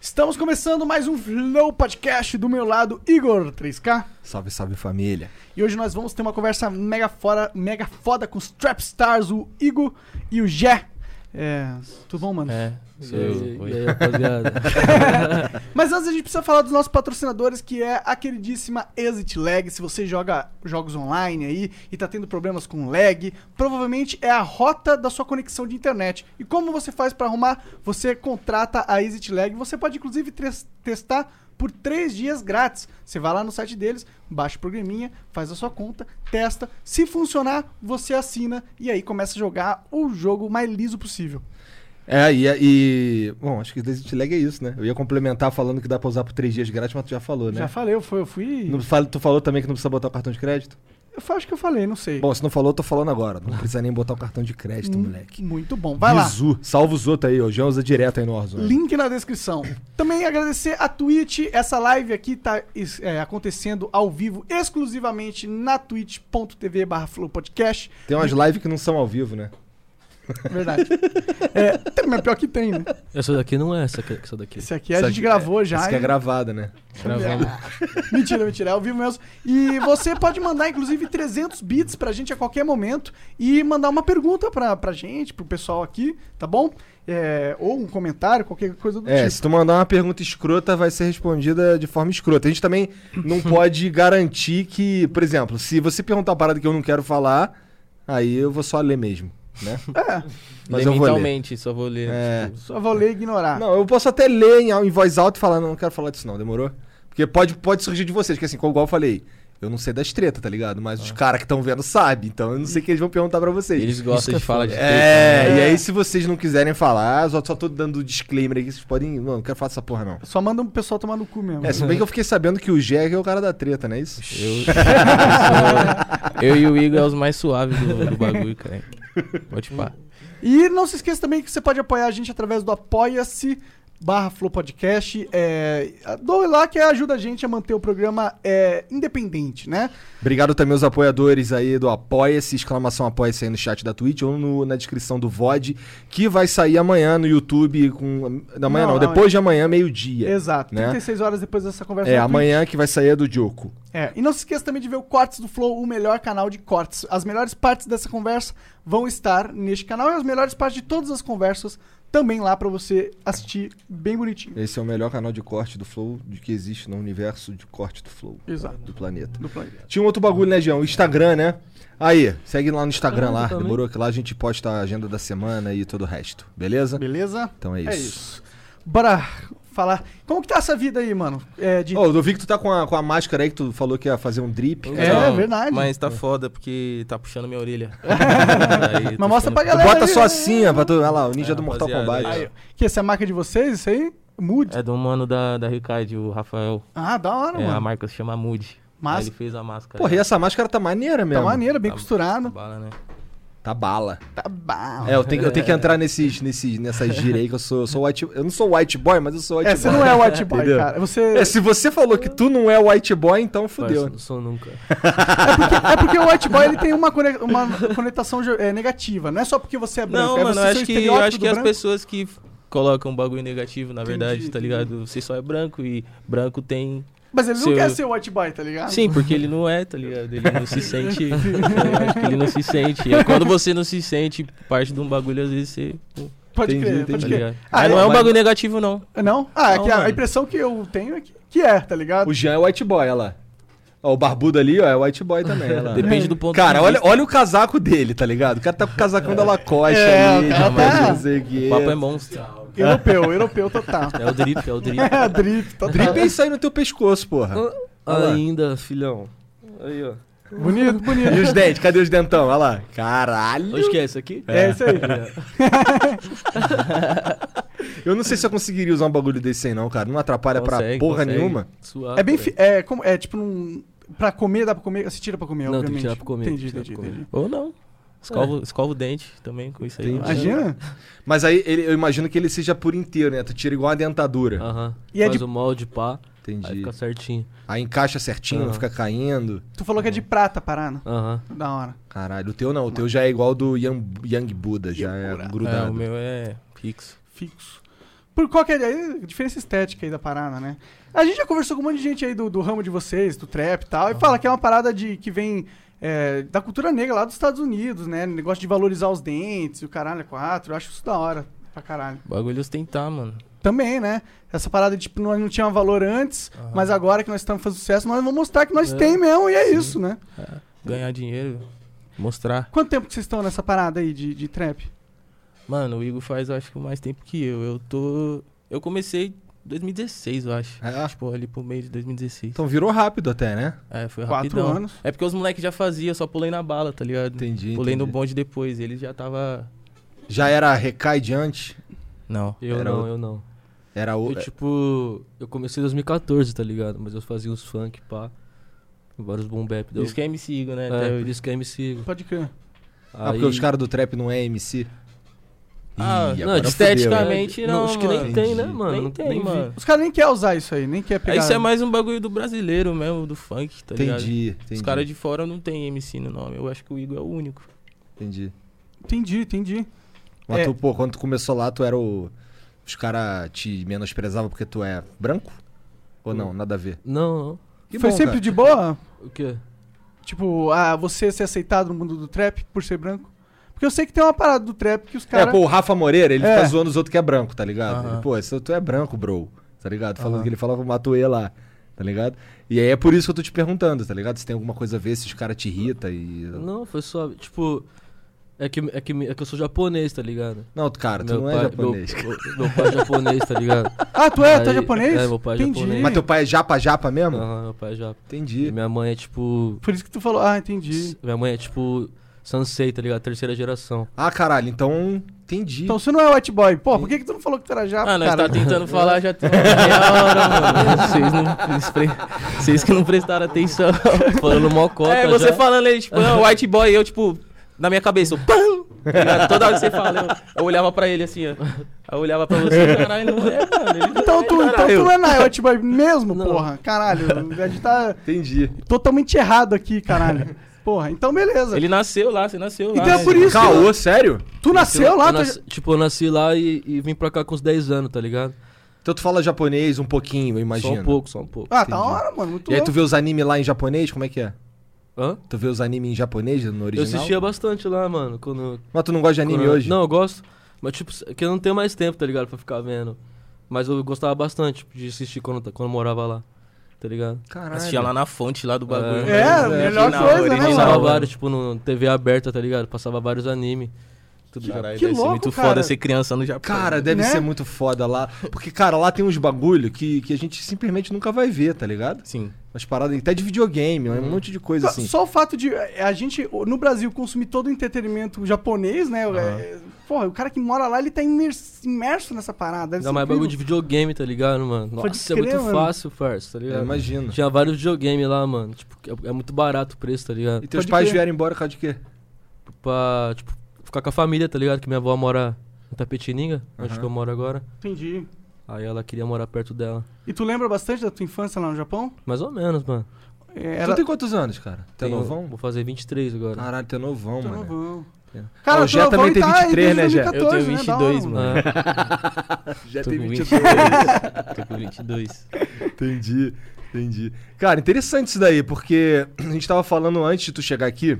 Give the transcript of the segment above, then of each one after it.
Estamos começando mais um Flow Podcast do meu lado, Igor 3K. Salve, salve família. E hoje nós vamos ter uma conversa mega, fora, mega foda com os Trap Stars, o Igor e o Jé. É, tudo bom, mano? É, sou E aí, eu. Oi. e aí, rapaziada? Mas antes a gente precisa falar dos nossos patrocinadores, que é a queridíssima Exit Lag. Se você joga jogos online aí e tá tendo problemas com lag, provavelmente é a rota da sua conexão de internet. E como você faz pra arrumar? Você contrata a Exit Lag. Você pode inclusive tres- testar por três dias grátis. Você vai lá no site deles, baixa o programinha, faz a sua conta, testa. Se funcionar, você assina e aí começa a jogar o jogo mais liso possível. É, e, e- Bom, acho que Exit Lag é isso, né? Eu ia complementar falando que dá pra usar por três dias grátis, mas tu já falou, né? Já falei, eu fui. Eu, fui, Não fala- tu falou também que não precisa botar o cartão de crédito? eu fa- acho que eu falei, não sei. Bom, se não falou, eu tô falando agora. Não precisa nem botar o cartão de crédito, moleque. Muito bom. Tá. Hum. Vai lá. Bizu. Salva os outros aí, ó. Já usa direto aí no Warzone. Link na descrição. Também agradecer a Twitch. Essa live aqui tá es- é, acontecendo ao vivo exclusivamente na twitch.tv barra Flow Podcast. Tem umas lives que não são ao vivo, né? Verdade. é, tem- mas pior que tem, né? Essa daqui não é essa, que- essa daqui. Esse aqui a Essa gente aqui- gravou já. Isso que é e- gravada, né? Mentira, mentira, é ao vivo mesmo. E você pode mandar, inclusive, 300 bits pra gente a qualquer momento e mandar uma pergunta pra, pra gente, pro pessoal aqui, tá bom? É, ou um comentário, qualquer coisa do É, tipo. se tu mandar uma pergunta escrota, vai ser respondida de forma escrota. A gente também não pode garantir que, por exemplo, se você perguntar uma parada que eu não quero falar, aí eu vou só ler mesmo, né? É, Mas Lê eu vou ler. mentalmente, só vou ler. É. tipo, só vou ler e ignorar. Ah. Não, eu posso até ler em, em voz alta e falar, não, não quero falar disso não, demorou? Porque pode, pode surgir de vocês, que assim, como igual eu falei, eu não sei das tretas, tá ligado? Mas os caras que estão vendo sabem, então eu não sei o que eles vão perguntar pra vocês. Eles gostam de falar de É, treta, né? e aí se vocês não quiserem falar, eu só, só tô dando disclaimer aqui, vocês podem, não, não quero falar dessa porra não. Só manda o pessoal tomar no cu mesmo. É, se bem que eu fiquei sabendo que o Jack é o cara da treta, não é isso? Eu, sou- eu e o Igor é os mais suaves do, do bagulho, cara. Pode pá. E não se esqueça também que você pode apoiar a gente através do apoia-se barra Flow Podcast. É, doe lá que ajuda a gente a manter o programa é, independente, né? Obrigado também aos apoiadores aí do Apoia-se, exclamação Apoia-se aí no chat da Twitch ou no- na descrição do VOD, que vai sair amanhã no YouTube, com, da manhã Não, não, não, depois de amanhã, meio-dia. Exato. né? 36 horas depois dessa conversa. É, no Twitter. amanhã que vai sair é do Dioco. É, e não se esqueça também de ver o Cortes do Flow, o melhor canal de cortes. As melhores partes dessa conversa vão estar neste canal e as melhores partes de todas as conversas também lá pra você assistir bem bonitinho. Esse é o melhor canal de corte do Flow de que existe no universo de corte do Flow. Exato. Do planeta. Do planeta. Tinha um outro bagulho, né, Jean? O Instagram, né? Aí, segue lá no Instagram Ah, lá, também. demorou que lá a gente posta a agenda da semana e todo o resto, beleza? Beleza? Então é É isso. isso. Bora falar. Como que tá essa vida aí, mano? É, de Ô, eu vi que tu tá com a, com a máscara aí que tu falou que ia fazer um drip. É, Então, verdade. Mas tá foda porque tá puxando minha orelha. Mas mostra pra pagar. galera. Bota aí, só né? assim, ó, pra tu, olha lá, o ninja É, do Mortal rapaziada, Kombat. aí, ó. Que essa é a marca de vocês, isso aí? Mude. É do mano da, da Ricard, o Rafael. Ah, da hora, É, a mano. marca se chama Mood. Mas- Aí Ele fez a máscara. Porra, e essa máscara tá maneira Tá mesmo. maneiro, bem Tá- costurado. Bala, né? Tá bala. Tá bala. É, eu tenho, que- eu tenho que entrar nesses, nesses, nessa gíria aí que eu sou, eu sou white. Eu não sou white boy, mas eu sou white É, boy. você não é white boy, Entendeu? cara. Você... É, se você falou que tu não é white boy, então fudeu. Parça, Não sou nunca. É porque o white boy ele tem uma, cone- uma conotação jo- é, negativa. Não é só porque você é branco. Não, é mano, você eu ser o acho que, eu estereótipo acho do que as branco. pessoas que f- colocam um bagulho negativo, na Entendi, verdade, tá entendi. ligado? Você só é branco e branco tem. Mas ele não Seu- quer ser o white boy, tá ligado? Sim, porque ele não é, tá ligado? Ele não se sente. eu acho que ele não se sente. E quando você não se sente parte de um bagulho, às vezes você. pô, Pode Entendi, crer, entendi. pode Tá crer. ligado? Ah, Mas não é, é um mas- bagulho negativo, não. Não? Ah, é Não, que a, mano. a impressão que eu tenho é que, que é, tá ligado? O Jean é white boy, olha lá. Ó, o barbudo ali, ó, é white boy também, olha lá. Depende do ponto Cara, de olha, vista. olha o casaco dele, tá ligado? O cara tá com o casacão da Lacoste É, ali, um o cara rapaz, tá- não sei o quê. O papo é monstro. Europeu, europeu total. É o drip, é o drip. É, drip, total. Drip é isso aí no teu pescoço, porra. lá. Ainda, filhão. Aí, ó. Bonito, bonito. E os dentes? Cadê os dentão? Olha lá. Caralho. Onde que é essa aqui? É isso aí. Eu não sei se eu conseguiria usar um bagulho desse aí, não, cara. Não atrapalha pra Consegue, porra consegue. nenhuma. Suave. É bem. velho. fi- É, como, é tipo um. Pra comer, dá pra comer? Se tira pra comer, Não, tem que obviamente. tirar pra comer. Entendi, tem entendi, que tirar pra comer. entendi. É. Ou não. Escova, escova o dente também com isso aí. Entendi. Imagina? Mas aí ele- eu imagino que ele seja por inteiro, né? Tu tira igual uma dentadura. Aham. E é Faz de- o molde, pá. Ah, Aí Entendi. fica certinho. Aí encaixa certinho, não Aham. fica caindo. Tu falou que é de prata, parana. Aham. Da hora. Caralho, o teu não. O teu já é igual do Yang, Yang Buda, já Yang é Buda. É, o grudado. meu é fixo. Fixo. Por qualquer. aí, Diferença estética aí da parada, né? A gente já conversou com um monte de gente aí do, do ramo de vocês, do trap e tal, e fala que é uma parada de que vem é, da cultura negra lá dos Estados Unidos, né? Negócio de valorizar os dentes, o caralho é quatro. Eu acho isso da hora pra caralho. Bagulho é ostentar, mano. Também, né? Essa parada de tipo, nós não tinha valor antes, mas agora que nós estamos fazendo sucesso, nós vamos mostrar que nós É, tem mesmo, e é sim. isso, né? Ganhar dinheiro, mostrar. Quanto tempo que vocês estão nessa parada aí de, de trap? Mano, o Igor faz, eu acho que mais tempo que eu. Eu tô. Eu comecei em 2016, eu acho. É. Tipo, ali pro meio de 2016. Então virou rápido até, né? É, foi Quatro rapidão. anos. É porque os moleques já faziam, só pulei na bala, tá ligado? Entendi. Pulei no entendi. bonde depois, ele já tava. Já era recai diante? Não. Eu Era não, outro. É. eu não. Era o. Eu, tipo, eu comecei em 2014, tá ligado? Mas eu fazia uns funk, pá. Vários boom bap. daí eu- Isso que é MC Igor, né? Até É, hoje. por isso que é MC. Pode crer. Ah, porque os caras do trap não é MC? Ah, Ih, não, agora né? fudeu, esteticamente- hein? Realmente não, Acho que mano. nem tem, né, Entendi. mano? Nem Não- tem, nem vi. mano. Os caras nem querem usar isso aí, nem quer pegar. Aí Isso é mais um bagulho do brasileiro mesmo, do funk, tá ligado? Entendi, entendi. Os caras de fora não tem MC no nome. Eu acho que o Igor é o único. Entendi. Entendi, entendi. Mas É. tu, pô, quando tu começou lá, tu era o. Os caras te menosprezavam porque tu é branco? Hum. Ou não? Nada a ver. Não, não. Que Foi bom, sempre cara. de boa? O quê? Tipo, ah, você ser aceitado no mundo do trap por ser branco? Porque eu sei que tem uma parada do trap que os É, caras. pô, o Rafa Moreira, ele É. fica zoando os outros que é branco, tá ligado? Aham. Ele, pô, esse, tu é branco, bro. Tá ligado? Falando Aham. que ele falava o Matuê lá, tá ligado? E aí é por isso que eu tô te perguntando, tá ligado? Se tem alguma coisa a ver, se os caras te irritam e. Não, foi só, tipo... É que, é, que, é que eu sou japonês, tá ligado? Não, cara, tu Meu não é pai- japonês. Meu, meu- meu pai é japonês, tá ligado? Ah, tu é? Tu é Aí- japonês? é, meu pai é entendi. japonês. Mas teu pai é japa-japa mesmo? Aham, meu pai é japonês. E Entendi. minha mãe é, tipo... Por isso que tu falou, ah, entendi. Minha mãe é, tipo... Sansei, tá ligado? Terceira geração. Ah, caralho, então. Entendi. Então você não é white boy. Pô, por que, que tu não falou que tu era japa, Ah, nós cara? tá tentando falar já tem uma meia hora, mano. Vocês, não, vocês pre- vocês que não prestaram atenção. Falando mó cota é, você já. falando aí, tipo, não, white boy, eu, tipo, na minha cabeça, eu, pam! Tá ligado? Toda hora que você fala, eu, eu olhava pra ele assim, ó. Aí eu olhava pra você, caralho, não é, mano. Ele... Então tu, então tu não é na white boy mesmo, Não. porra. Caralho, a gente tá Entendi. totalmente errado aqui, caralho. Porra, então beleza. é." Ele nasceu lá, você nasceu lá. Então é né? por isso que- Caô, sério? Tu nasceu lá, eu tu... nasci- Tipo, eu nasci lá e, e vim pra cá com uns 10 anos, tá ligado? Então tu fala japonês um pouquinho, eu imagino. Só um pouco, só um pouco. Ah, tá Entendi. hora, mano. Muito E aí tu louco. vê os animes lá em japonês, como é que é? Hã? Tu vê os animes em japonês no Eu original? assistia bastante lá, mano, quando... Mas tu não gosta de anime quando- hoje? Não, eu gosto, mas tipo, s- que eu não tenho mais tempo, tá ligado, pra ficar vendo. Mas eu gostava bastante tipo, de assistir quando, eu ta- quando eu morava lá, tá ligado? Caralho. Assistia lá na fonte lá do bagulho. É, né? a melhor Original, coisa, né, original, mano? Passava mano. vários, tipo, no TV aberta, tá ligado? Passava vários anime. Tudo Caralho, que deve ser louco, muito cara. foda ser criança no Japão. Cara, deve Né? ser muito foda lá. Porque, cara, lá tem uns bagulho que, que a gente simplesmente nunca vai ver, tá ligado? Sim. Umas paradas até de videogame, um monte de coisa assim. Só o fato de eh, a gente, o- no Brasil, consumir todo o entretenimento japonês, né? eh, Porra, o cara que mora lá, ele tá imers- imerso nessa parada. Deve Ainda ser é mais é incrível. bagulho de videogame, tá ligado, mano? Pode Nossa, é crer, muito mano. fácil, parça, tá Eu ligado? imagino. Tinha vários videogames lá, mano. Tipo, é, é muito barato o preço, tá ligado? E teus Pode pais crer. vieram embora por causa de quê? Pra, tipo, ficar com a família, tá ligado? Que minha avó mora em Tapetininga, onde Aham. que eu moro agora. Entendi. Aí ela queria morar perto dela. E tu lembra bastante da tua infância lá no Japão? É, Mais ou menos, mano. Era Tu tem quantos anos, cara? Tu é Tenho- novão? Vou fazer 23 agora. Caralho, tu é novão, Tu é mano. novão. É. Cara, Ah, o tu Gé é novão também e tem tá aí 23, né, desde Gé? 2014, Eu tenho né? Da hora, 22, mano. É, Já Tô tem com 22. 22. Tô com 22. Entendi, entendi. Cara, interessante isso daí, porque a gente tava falando antes de tu chegar aqui,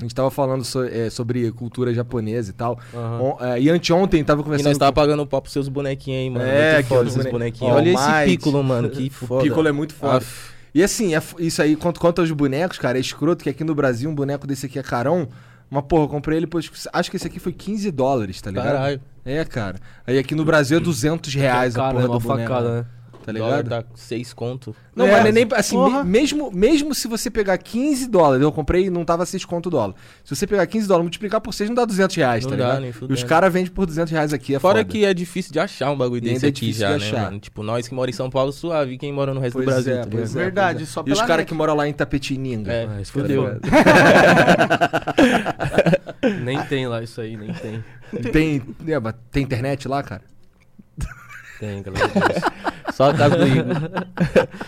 a gente tava falando so- é, sobre cultura japonesa e tal. aham. On- é, e anteontem tava E conversando. nós tava pagando pau pros seus bonequinhos aí, mano. É, Muito que foda os esses bone- bonequinhos. Ó, Olha Might. esse Piccolo, mano. Que com... foda. Piccolo é muito foda. Aff. E assim, é f- isso aí, quanto, quanto aos bonecos, cara, é escroto que aqui no Brasil um boneco desse aqui é carão. Mas, porra, eu comprei ele, por, acho que esse aqui foi 15 dólares, tá ligado? Caralho. É, cara. Aí aqui no Brasil é 200 reais cara, a porra é uma do boneco, facada, né? tá Dólar ligado? tá 6 conto. Não, É, mas não é nem assim, porra. me- mesmo, mesmo se você pegar 15 dólares, eu comprei e não tava 6 conto o dólar. Se você pegar 15 dólares, multiplicar por 6 não dá 200 reais, Não tá dá, ligado? nem e fudendo. os caras vendem por 200 reais aqui, é Fora foda. que é difícil de achar um bagulho E ainda desse é aqui difícil já, de né, achar. mano? Tipo, nós que mora em São Paulo, suave. E quem mora no resto Pois do Brasil, é, tá pois ligado? é, Verdade, pois é. só E os pela caras net. que moram lá em Tapetininga. É, Ah, isso fudeu. fodeu. nem tem lá isso aí, nem tem. Tem, é, mas tem internet lá, cara? Tem, galera. Deus. Só a casa do Igor.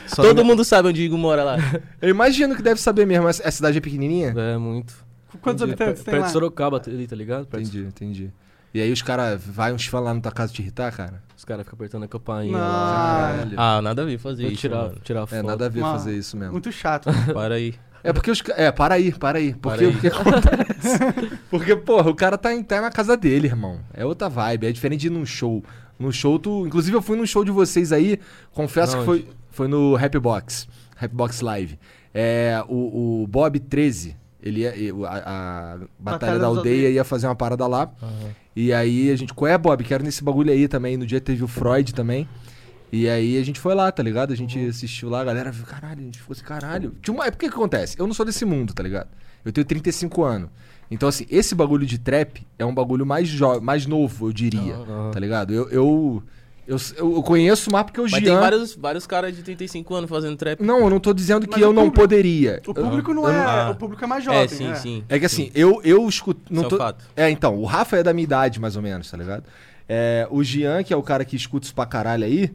Só Todo na- mundo sabe onde o Igor mora lá. Eu imagino que deve saber mesmo, mas a cidade é pequenininha? É, muito. Quantos Entendi. habitantes Perto Então, tem lá? de Sorocaba ali, tá ligado? Perto de- Entendi, entendi. E aí os caras, vai uns fãs lá na tua casa te irritar, cara? Os caras ficam apertando a campainha. Não. lá. Caralho. Ah, nada a ver fazer Vou isso. tirar, mano. tirar é, foto. nada a ver Uma- fazer isso mesmo. Muito chato. Para aí. É porque os. ca- É, para aí, para aí. Porque aí. o que acontece? porque, porra, o cara tá, em, tá na casa dele, irmão. É outra vibe. É diferente de ir num show. Num show, tu. Inclusive, eu fui num show de vocês aí. Confesso Não, que foi, foi no Happy Box. Happy Box Live. É, o, o Bob 13. Ele ia, e- o- a, a Batalha, Batalha da das Aldeia Aldeias. ia fazer uma parada lá. E aí a gente. Qual é, Bob? Quero nesse bagulho aí também. No dia teve o Freud também. E aí a gente foi lá, tá ligado? A gente assistiu lá, a galera viu, caralho, a gente ficou assim, caralho. Tinha uma... É porque que acontece? Eu não sou desse mundo, tá ligado? Eu tenho 35 anos. Então, assim, esse bagulho de trap é um bagulho mais, jo... mais novo, eu diria. Aham. Tá ligado? Eu, eu, eu, eu conheço mais porque o Mas Jean. tem vários, vários caras de 35 anos fazendo trap. Não, eu não tô dizendo que Mas eu o não público- poderia. O público não eu é. Ah. O público é mais jovem. É, sim, né? sim. É que sim. assim, eu, eu escuto. Não Isso é tô... um fato. É, então, o Rafa é da minha idade, mais ou menos, tá ligado? É, o Jean, que é o cara que escuta isso pra caralho aí,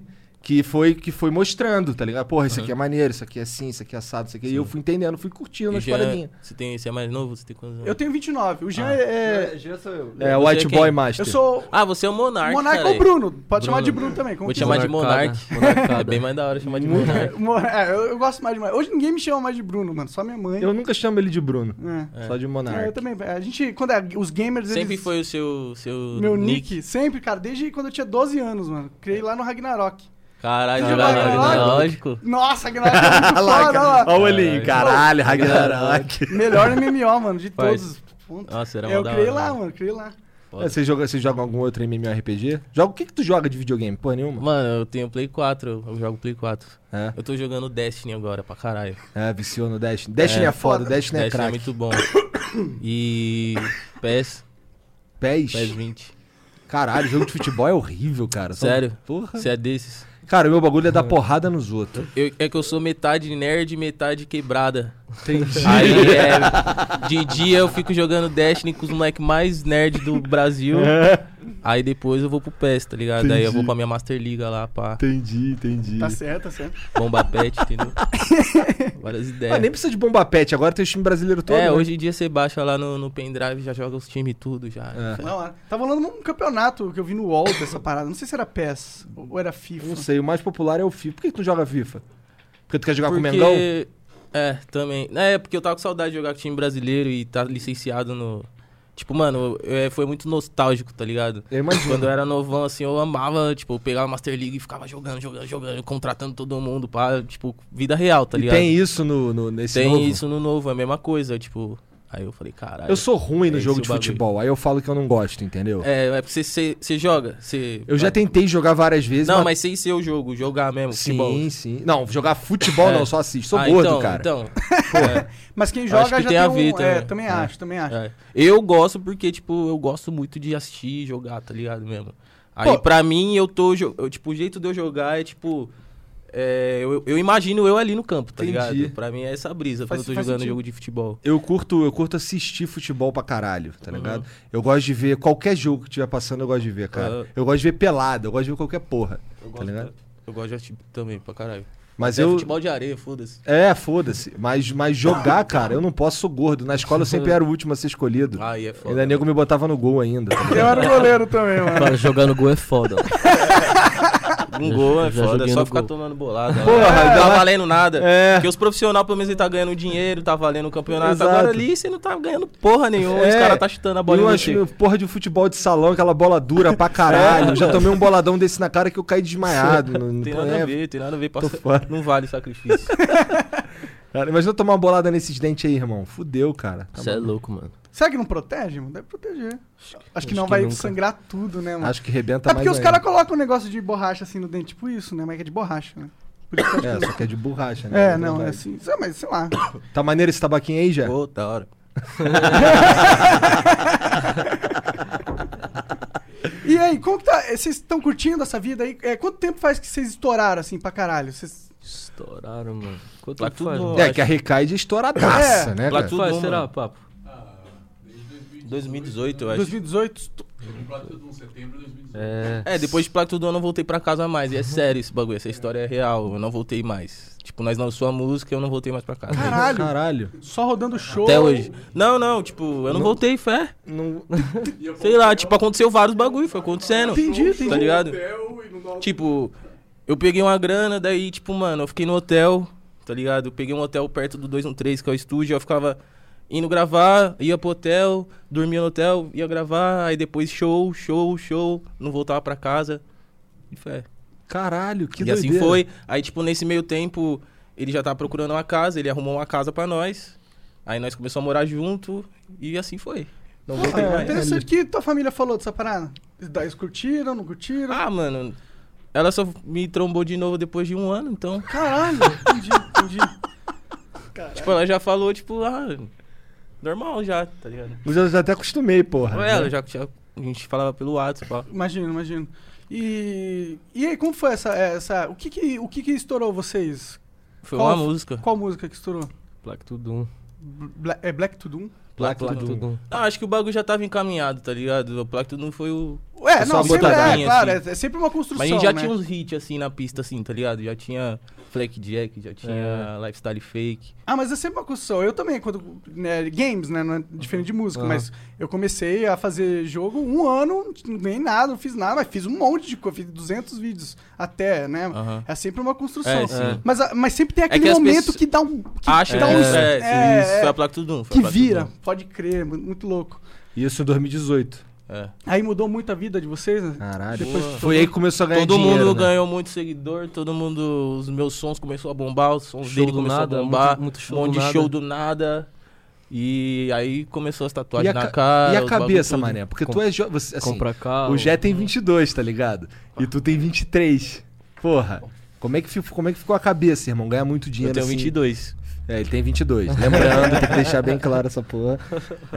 que foi, que foi mostrando, tá ligado? Porra, isso aqui é maneiro, isso aqui é assim, isso aqui é assado, isso aqui. E eu fui entendendo, fui curtindo E as Jean, paradinhas. você, tem, você é mais novo? Você tem quantos anos? Eu tenho 29. O Jean é. Jean sou eu. É, Você White é quem? Boy Master. Eu sou. Ah, você é o Monark. Monarca cara. ou Bruno. Pode chamar de Bruno. Bruno também. Como Vou te quiser. chamar de Monarcada, Monark. monarcada. É bem mais da hora chamar de Monark. Mo- é, eu, eu gosto mais de Monarca. Hoje ninguém me chama mais de Bruno, mano. Só minha mãe. Eu nunca chamo ele de Bruno, É. só de É, eu Monark. também. A gente, quando é, os gamers. Sempre eles- foi o seu. seu Meu nick, sempre, cara. Desde quando eu tinha 12 anos, mano. Criei lá no Ragnarok. Caralho, Você jogar joga Ragnarok. Ragnarok? Lógico. Nossa, Ragnarok é muito foda, lá. Olha o É, olhinho, caralho, Ragnarok. Melhor MMO, mano, de Faz. todos. Ponto. Nossa, era mó Eu da criei hora, lá, né? mano, criei lá. É, Você joga, você joga algum outro MMORPG? Joga, o que que tu joga de videogame? Porra nenhuma. Mano, eu tenho Play 4, eu jogo Play 4. É, Eu tô jogando Destiny agora, pra caralho. é viciou no Destiny. Destiny é, foda, Destiny é Destiny é craque. muito bom. E. PS, PS 20. Caralho, jogo de futebol é horrível, cara. Só- Sério? Uhum. Porra. Você é desses? Cara, o meu bagulho é dar porrada nos outros. Eu- é que eu sou metade nerd e metade quebrada. Entendi. Aí é. De dia eu fico jogando Destiny com os moleques mais nerd do Brasil. Aí depois eu vou pro PES, tá ligado? Aí eu vou É. Entendi. pra minha Master Liga lá, pá. Entendi, entendi. Tá certo, tá certo. Bomba pet, entendeu? Várias ideias. Ah, nem precisa de bomba pet, agora tem o time brasileiro todo. é, né? hoje em dia você baixa lá no, no pendrive, já joga os times tudo já. É. Não, é. Tava rolando um campeonato que eu vi no UOL dessa parada. Não sei se era PES ou era Eu Não FIFA. sei, o mais popular é o FIFA. Por que tu não joga FIFA? Porque tu quer jogar Tá com o Porque- Mengão? É, também. É, porque eu tava com saudade de jogar com time brasileiro e tá licenciado no. Tipo, mano, eu- é, foi muito nostálgico, tá ligado? Eu imagino. Quando eu era novão, assim, eu amava, tipo, eu pegava a Master League e ficava jogando, jogando, jogando, contratando todo mundo pra, tipo, vida real, tá e ligado? tem isso no, no- nesse Tem novo? isso no novo, é a mesma coisa, tipo. Aí eu falei, caralho. Eu sou ruim no É jogo esse de o bagulho. futebol, aí eu falo que eu não gosto, entendeu? É, é porque você- você você joga, você. Eu já tentei jogar várias vezes, Não, mas sem ser o jogo, jogar mesmo, Sim, futebol. sim. Não, jogar futebol É. não, só assisto. Sou Ah, gordo, então, cara. Então, Mas quem joga Acho que já tem, tem a um... ver É, também. também É. acho, também acho. É. Eu gosto porque, tipo, eu gosto muito de assistir e jogar, tá ligado mesmo? Aí, Pô. pra mim, eu tô. jo- eu, tipo, o jeito de eu jogar é tipo. é, eu, eu imagino eu ali no campo, tá Entendi. ligado? Pra mim é essa brisa Faz- quando eu tô faz jogando sentido. jogo de futebol. Eu curto, eu curto assistir futebol pra caralho, Uhum. tá ligado? Eu gosto de ver qualquer jogo que tiver passando, eu gosto de ver, cara. Aham. Eu gosto de ver pelada, eu gosto de ver qualquer porra, tá ligado? Uhum. Eu gosto de assistir também, pra caralho. Mas é eu futebol de areia, foda-se. é, foda-se, mas mas jogar, cara, eu não posso, sou gordo. Na escola eu sempre era o último a ser escolhido. Aí é ainda foda. nego me botava no gol ainda. tá ligado? Eu era goleiro também, mano. Cara, jogar no gol é foda. Um gol é Já foda, é joguei só no ficar gol. tomando bolada. Porra, não ainda tá mais- valendo nada. É. Porque os profissionais, pelo menos, ele tá ganhando dinheiro, tá valendo o campeonato. Exato. Agora ali você não tá ganhando porra nenhuma. Os É. caras tá chutando a bola eu em acho você. que porra de futebol de salão, aquela bola dura pra caralho. Eu já tomei um boladão desse na cara que eu caí desmaiado. Não, É. Tem não- nada é, a ver, tem nada a ver. passa- fora. Não vale sacrifício. cara, imagina eu tomar uma bolada nesses dentes aí, irmão. Fudeu, cara. Tá Você é louco, mano. Será que não protege, mano? Deve proteger. Acho que, acho não que vai nunca. sangrar tudo, né, mano? Acho que é rebenta mais porque os ainda. caras colocam um negócio de borracha assim no dente, tipo isso, né? Mas que é de borracha, né? Por isso que eu acho É, que- só que é de borracha, né? É, não, é assim. Sei, mas sei lá. Tá maneiro esse tabaquinho aí, já? Pô, da hora. E aí, como que tá? Eh, Vocês estão curtindo essa vida aí? Eh, Quanto tempo faz que vocês estouraram, assim, pra caralho? Vocês... Estouraram, mano. Quanto Pra que tudo um. faz, bom. mano? um, É, que a Recaide é estouradaça, É, né, pra cara? tudo um, Faz, bom, será, mano. papo? 2018, eu acho. 2018, tu- É. É, depois de Plato do Ano eu voltei pra casa mais. E é sério esse bagulho, essa história é real. Eu não voltei mais. Tipo, nós lançou a música e eu não voltei mais pra casa. Caralho. Caralho. só rodando show. Até hoje. Não, não, tipo, eu não, voltei, fé. Sei lá, tipo, aconteceu vários bagulho, foi acontecendo. Entendi, entendi. Tá ligado? Tipo, eu peguei uma grana, daí, tipo, mano, eu fiquei no hotel, tá ligado? Eu peguei um hotel perto do 213, que é o estúdio, eu ficava indo gravar, ia pro hotel, dormia no hotel, ia gravar, aí depois show, show, show, não voltava pra casa. E fé Caralho, que e doideira. assim foi. Aí, tipo, nesse meio tempo, ele já tava procurando uma casa, ele arrumou uma casa pra nós. Aí nós começamos a morar junto e assim foi. Não Pô, voltei mais. interessante que tua família falou dessa parada. Eles curtiram, não curtiram? Ah, mano, ela só me trombou de novo depois de um ano, então. Caralho, entendi, entendi. Tipo, ela já falou, tipo, ah, normal já, tá ligado? Mas eu já até acostumei, porra. né? Ela já, já- a gente falava pelo WhatsApp, pá. Imagino, imagino. E, e aí, como foi essa. essa o que que, o que que estourou vocês? Foi Qual- uma música. Qual música que estourou? Plaque Tudum. Bla- é Black to Doom? Plaque Plaque um. Tudum. Tudum. Ah, acho que o bagulho já tava encaminhado, tá ligado? O Plaque não foi o. Ué, Só não, uma sempre é, botadinha, claro, é, assim. é sempre uma construção. Mas a gente já né? tinha uns hits assim na pista, assim, tá ligado? Já tinha Fleck Jack, já É. tinha Lifestyle Fake. Ah, mas é sempre uma construção. Eu também, quando. né, games, né? Não é diferente de música, mas eu comecei a fazer jogo um ano, não ganhei nada, não fiz nada, mas fiz um monte de coisa, fiz 200 vídeos até, né? Aham. É sempre uma construção. É, sim. É mas, a- mas sempre tem aquele que as momento pessoas- que dá um. Que Acha dá que um- é, é, isso, é, foi a placa tudo um, foi que a placa tudo vira, um. pode crer, mu- muito louco. Isso em 2018. É. Aí mudou muito a vida de vocês, né? Caralho. Depois Foi aí que começou a ganhar Todo dinheiro, mundo né? ganhou muito seguidor, todo mundo. Os meus sons começou a bombar, os sons Show dele do começou nada, a bombar. muito- muito show um monte do de nada. show do nada. E aí começou as E tatuagens a, na ca- cara. e a os bagulho cabeça, tudo. mané? Porque Com- tu é jo... você, assim, Compra carro. O Jé tem 22, tá ligado? E tu tem 23. Porra. Como é que, fi- como é que ficou a cabeça, irmão? Ganhar muito Eu dinheiro tenho assim. 22. É, ele tem 22. Lembrando, tem que deixar bem claro essa porra.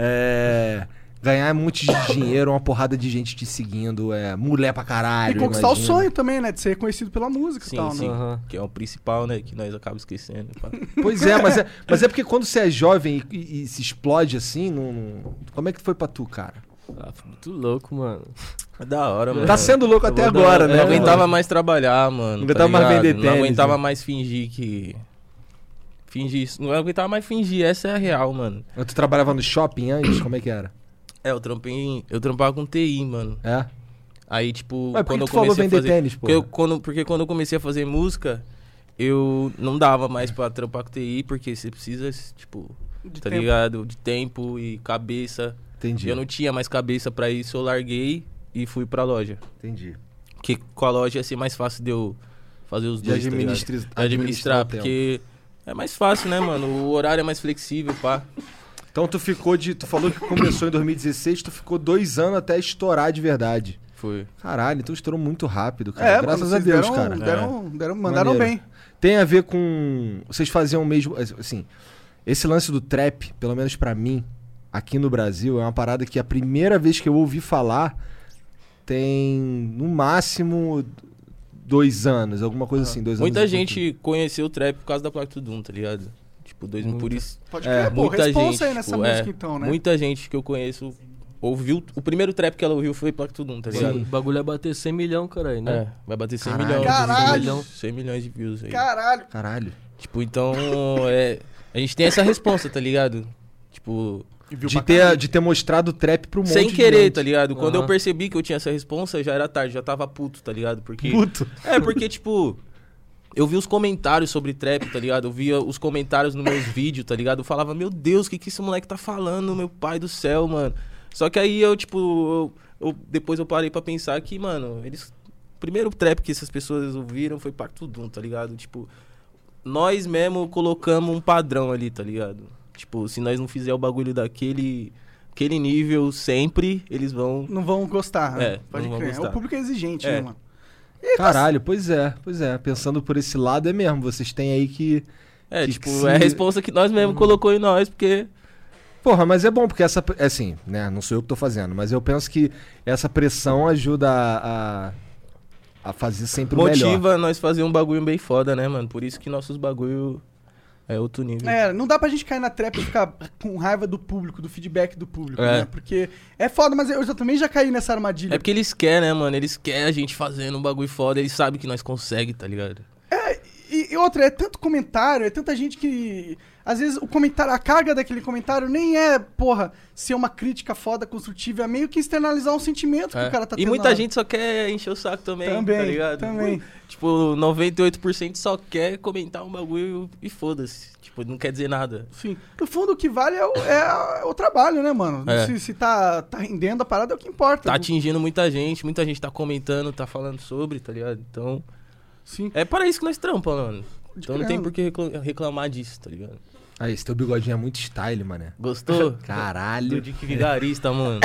É, ganhar um monte de dinheiro, uma porrada de gente te seguindo, é, mulher pra E caralho. conquistar imagina. o sonho também, né? De ser reconhecido pela música e Sim, Então, tal, sim. né? Aham. Que é o principal, né? Que nós acabamos esquecendo. pá. Pois é mas, é, mas é porque quando você é jovem e, e- e se explode assim, não, não- como é que foi pra tu, cara? Ah, foi muito louco, mano. É da hora, mano. Tá sendo louco até vou dar- agora, eu né? Não vou mano? aguentava mais trabalhar, mano. tá Não aguentava mais ligado? vender Não tênis, aguentava né? mais fingir que. Fingir isso. Não aguentava mais fingir, essa é a real, mano. Tu trabalhava no shopping antes? Como é que era? É, eu trampei. em- Eu trampava com TI, mano. É? Aí, tipo, Mas por que quando eu tu falou comecei a vender fazer. tênis, porque, eu, porra? quando, porque quando eu comecei a fazer música, eu não dava mais pra trampar com TI, porque você precisa, tipo, De tá tempo. ligado? De tempo e cabeça. Entendi. Eu não tinha mais cabeça pra isso, eu larguei e fui pra loja. Entendi. Porque com a loja ia ser mais fácil de eu fazer os De dois. tá ligado? administri- De administrar, administrar o tempo. porque é mais fácil, né, mano? O horário é mais flexível, pá. Então tu ficou de. Tu falou que começou em 2016, tu ficou dois anos até estourar de verdade. Foi. Caralho, então estourou muito rápido, cara. É, Graças mano, a vocês Deus, deram, cara. É. Deram, deram, mandaram Maneiro. bem. Tem a ver com. Vocês faziam o mesmo. Assim, esse lance do trap, pelo menos pra mim, aqui no Brasil, é uma parada que a primeira vez que eu ouvi falar tem no máximo dois anos, alguma coisa assim, dois Muita anos. e gente conheceu o trap por causa da placa Tudum, tá ligado? Tipo, dois mil por Muita. isso. Pode crer, É, pô, É, muita responsa gente. aí nessa tipo, é, música então, né? Muita gente que eu conheço ouviu. O primeiro trap que ela ouviu foi placa Tudum, tá ligado? O bagulho é bater 100 milhão, caralho, né? É, vai bater 100 Caralho. milhões. Caralho. 100 milhões, 100 milhões de views aí. Caralho. pouquinho. Caralho. Tipo, então, é, a gente tem essa resposta, tá ligado? Tipo, De ter, de ter mostrado o trap Um pro mundo. sem querer, tá ligado? Quando eu Aham. percebi que eu tinha essa resposta, já era tarde, já tava puto, tá ligado? Porque Puto. É, porque, tipo, eu vi os comentários sobre trap, tá ligado? Eu via os comentários nos meus vídeos, tá ligado? Eu falava, meu Deus, o que, que esse moleque tá falando, meu pai do céu, mano. Só que aí eu, tipo, eu- eu- depois eu parei pra pensar que, mano, eles. O primeiro trap que essas pessoas ouviram foi Pactudum, tá ligado? Tipo, nós mesmo colocamos um padrão ali, tá ligado? Tipo, se nós não fizer o bagulho daquele aquele nível sempre, eles vão. Não vão gostar, né? É, Pode não vão crer. gostar. O público é exigente, né, É. mano? Caralho, pois é, pois é. Pensando por esse lado é mesmo. Vocês têm aí que. É, Que tipo, que se- Uhum. é a resposta que nós mesmo colocou em nós, porque. Porra, mas é bom, porque essa. é Assim, né? Não sou eu que tô fazendo, mas eu penso que essa pressão ajuda a. a, a fazer sempre o melhor. motiva nós fazer um bagulho bem foda, né, mano? Por isso que nossos bagulho É outro nível. É, não dá pra gente cair na trap e ficar com raiva do público, do feedback do público, É. né? Porque é foda, mas eu já- também já caí nessa armadilha. É porque eles querem, né, mano? Eles querem a gente fazendo um bagulho foda, eles sabem que nós consegue, tá ligado? Tipo E, e outra, é tanto comentário, é tanta gente que. Às vezes o comentário, a carga daquele comentário nem é, porra, ser uma crítica foda, construtiva, é meio que externalizar um sentimento que É. o cara tá e tendo muita na- gente só quer encher o saco também, Também, tá ligado? também. Tipo, 98% só quer comentar um bagulho e foda-se. Tipo, não quer dizer nada. Enfim, no fundo o que vale é o, é o trabalho, né, mano? É. Se, se tá, tá rendendo a parada é o que importa. Tá atingindo muita gente, muita gente tá comentando, tá falando sobre, tá ligado? Então, Sim. é para isso que nós trampamos, mano. De Então não tem caralho. por que recla- reclamar disso, tá ligado? Aí, esse teu bigodinho é muito style, mané. Gostou? Do Caralho. Dick Vigarista, mano.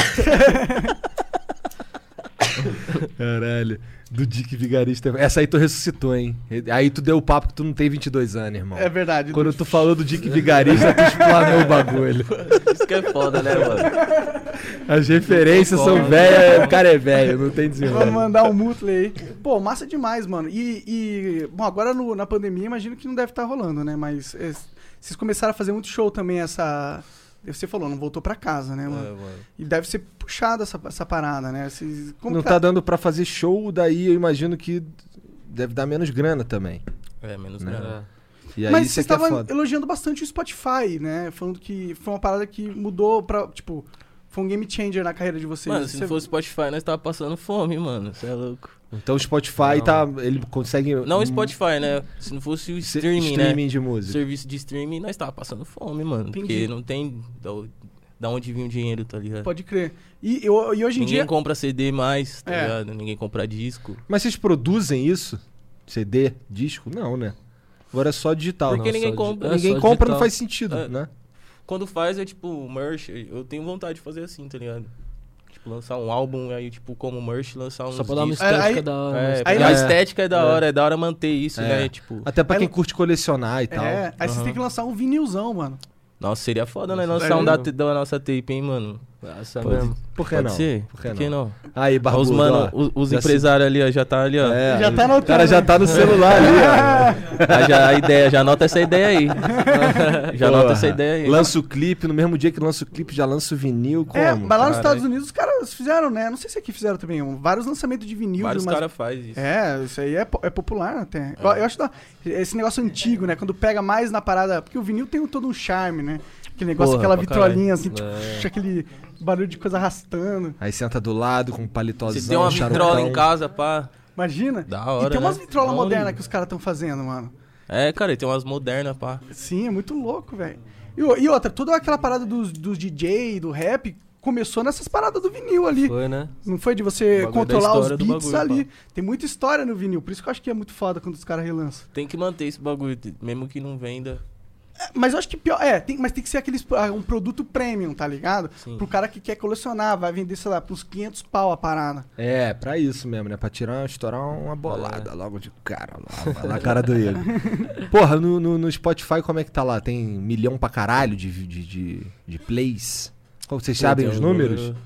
Caralho. Do Dick Vigarista. Essa aí tu ressuscitou, hein? Aí tu deu o papo que tu não tem 22 anos, irmão. É verdade. Quando tu falou do Dick Vigarista, tu explanou o bagulho. Isso que é foda, né, mano? As referências são Foda. velhas, o cara é velho, não tem Vamos desenrolo. mandar um mutle aí. Pô, massa demais, mano. E, e, bom, agora no- na pandemia imagino que não deve estar rolando, né? Mas é, vocês começaram a fazer muito show também essa... Você falou, não voltou pra casa, né, mano? É, mano. E deve ser puxada essa, essa parada, né? Vocês, como Não que tá dando pra fazer show, daí eu imagino que deve dar menos grana também. É, menos Né? grana. E aí Mas isso vocês é que é estavam foda. elogiando bastante o Spotify, né? Falando que foi uma parada que mudou pra, tipo... Foi um game changer na carreira de vocês. Mano, se Você- não fosse Spotify, nós tava passando fome, mano. Você é louco. Então o Spotify Não. tá. Ele consegue. Não um o Spotify, né? Se não fosse o se- streaming, né? streaming de música. Serviço de streaming, nós tava passando fome, mano. Entendi. Porque não tem da, o- da onde vir o dinheiro, tá ligado? Pode crer. E, eu- e hoje em Ninguém dia... compra CD mais, tá É. ligado? Ninguém compra disco. Mas vocês produzem isso? CD, disco? Não, né? Agora é só digital. Porque Não, ninguém só compra. digi- ninguém só compra, digital. não faz sentido, É. né? Quando faz é tipo merch, eu tenho vontade de fazer assim, tá ligado? Tipo, lançar um álbum e aí, tipo, como merch, lançar um. Só pra dar uma né? É, aí- estética da hora. É, uma porque estética. aí- a É. estética é da É. hora, é da hora manter isso, É. né? Tipo, Até pra Aí quem não- curte colecionar e tal. É, aí vocês Aham. têm que lançar um vinilzão, mano. nossa, seria foda, né? Nossa, Lançar um da, sério? da nossa tape, hein, mano? Nossa, Pode- mesmo. Por que Pode não? ser? Por que não? não? Aí, Ó, Barbudo, os mano, os, os já se- empresários ali, ó, já tá ali, ó. É, Já tá o cara anotando, já né? tá no celular ali, Ah, já, a ideia, já anota essa ideia aí. ó. já anota essa ideia aí. Lança o clipe, no mesmo dia que lança o clipe, já lança o vinil. Como? É, mas lá nos Caralho. Estados Unidos os caras fizeram, né? Não sei se aqui fizeram também, um, vários lançamentos de vinil. Vários de umas- caras É. fazem isso. É, isso aí é, po- é popular até. Eu, eu acho da, esse negócio antigo, né? Quando pega mais na parada. Porque o vinil tem um- todo um charme, né? Aquele negócio, Porra, aquela pra vitrolinha, assim, tipo, É. aquele barulho de coisa arrastando. Aí senta do lado com um paletózão, Se tem uma vitrola charutão. em casa, pá. Imagina. Da hora, e tem umas né? vitrolas Não, modernas lindo. que os caras estão fazendo, mano. É, cara, tem umas modernas, pá. Sim, é muito louco, velho. E, o- e outra, toda aquela parada dos, dos DJ, do rap, começou nessas paradas do vinil ali. Foi, né? Não foi de você O bagulho da controlar os história do beats bagulho, ali. Tem muita história no vinil, por isso que eu acho que é muito foda quando os caras relançam. Tem que manter esse bagulho, t- mesmo que não venda. É, Mas eu acho que pior. É, tem, mas tem que ser aqueles, ah, um produto premium, tá ligado? Sim. Pro cara que quer colecionar, vai vender, sei lá, uns 500 pau a parada. É, pra isso mesmo, né? Pra tirar, estourar uma É. bolada logo de cara, lá, vai lá, cara do Igor. Porra, no, no, no Spotify como é que tá lá? Tem milhão pra caralho de, de, de, de plays? Como vocês sabem Tem os uns números? número-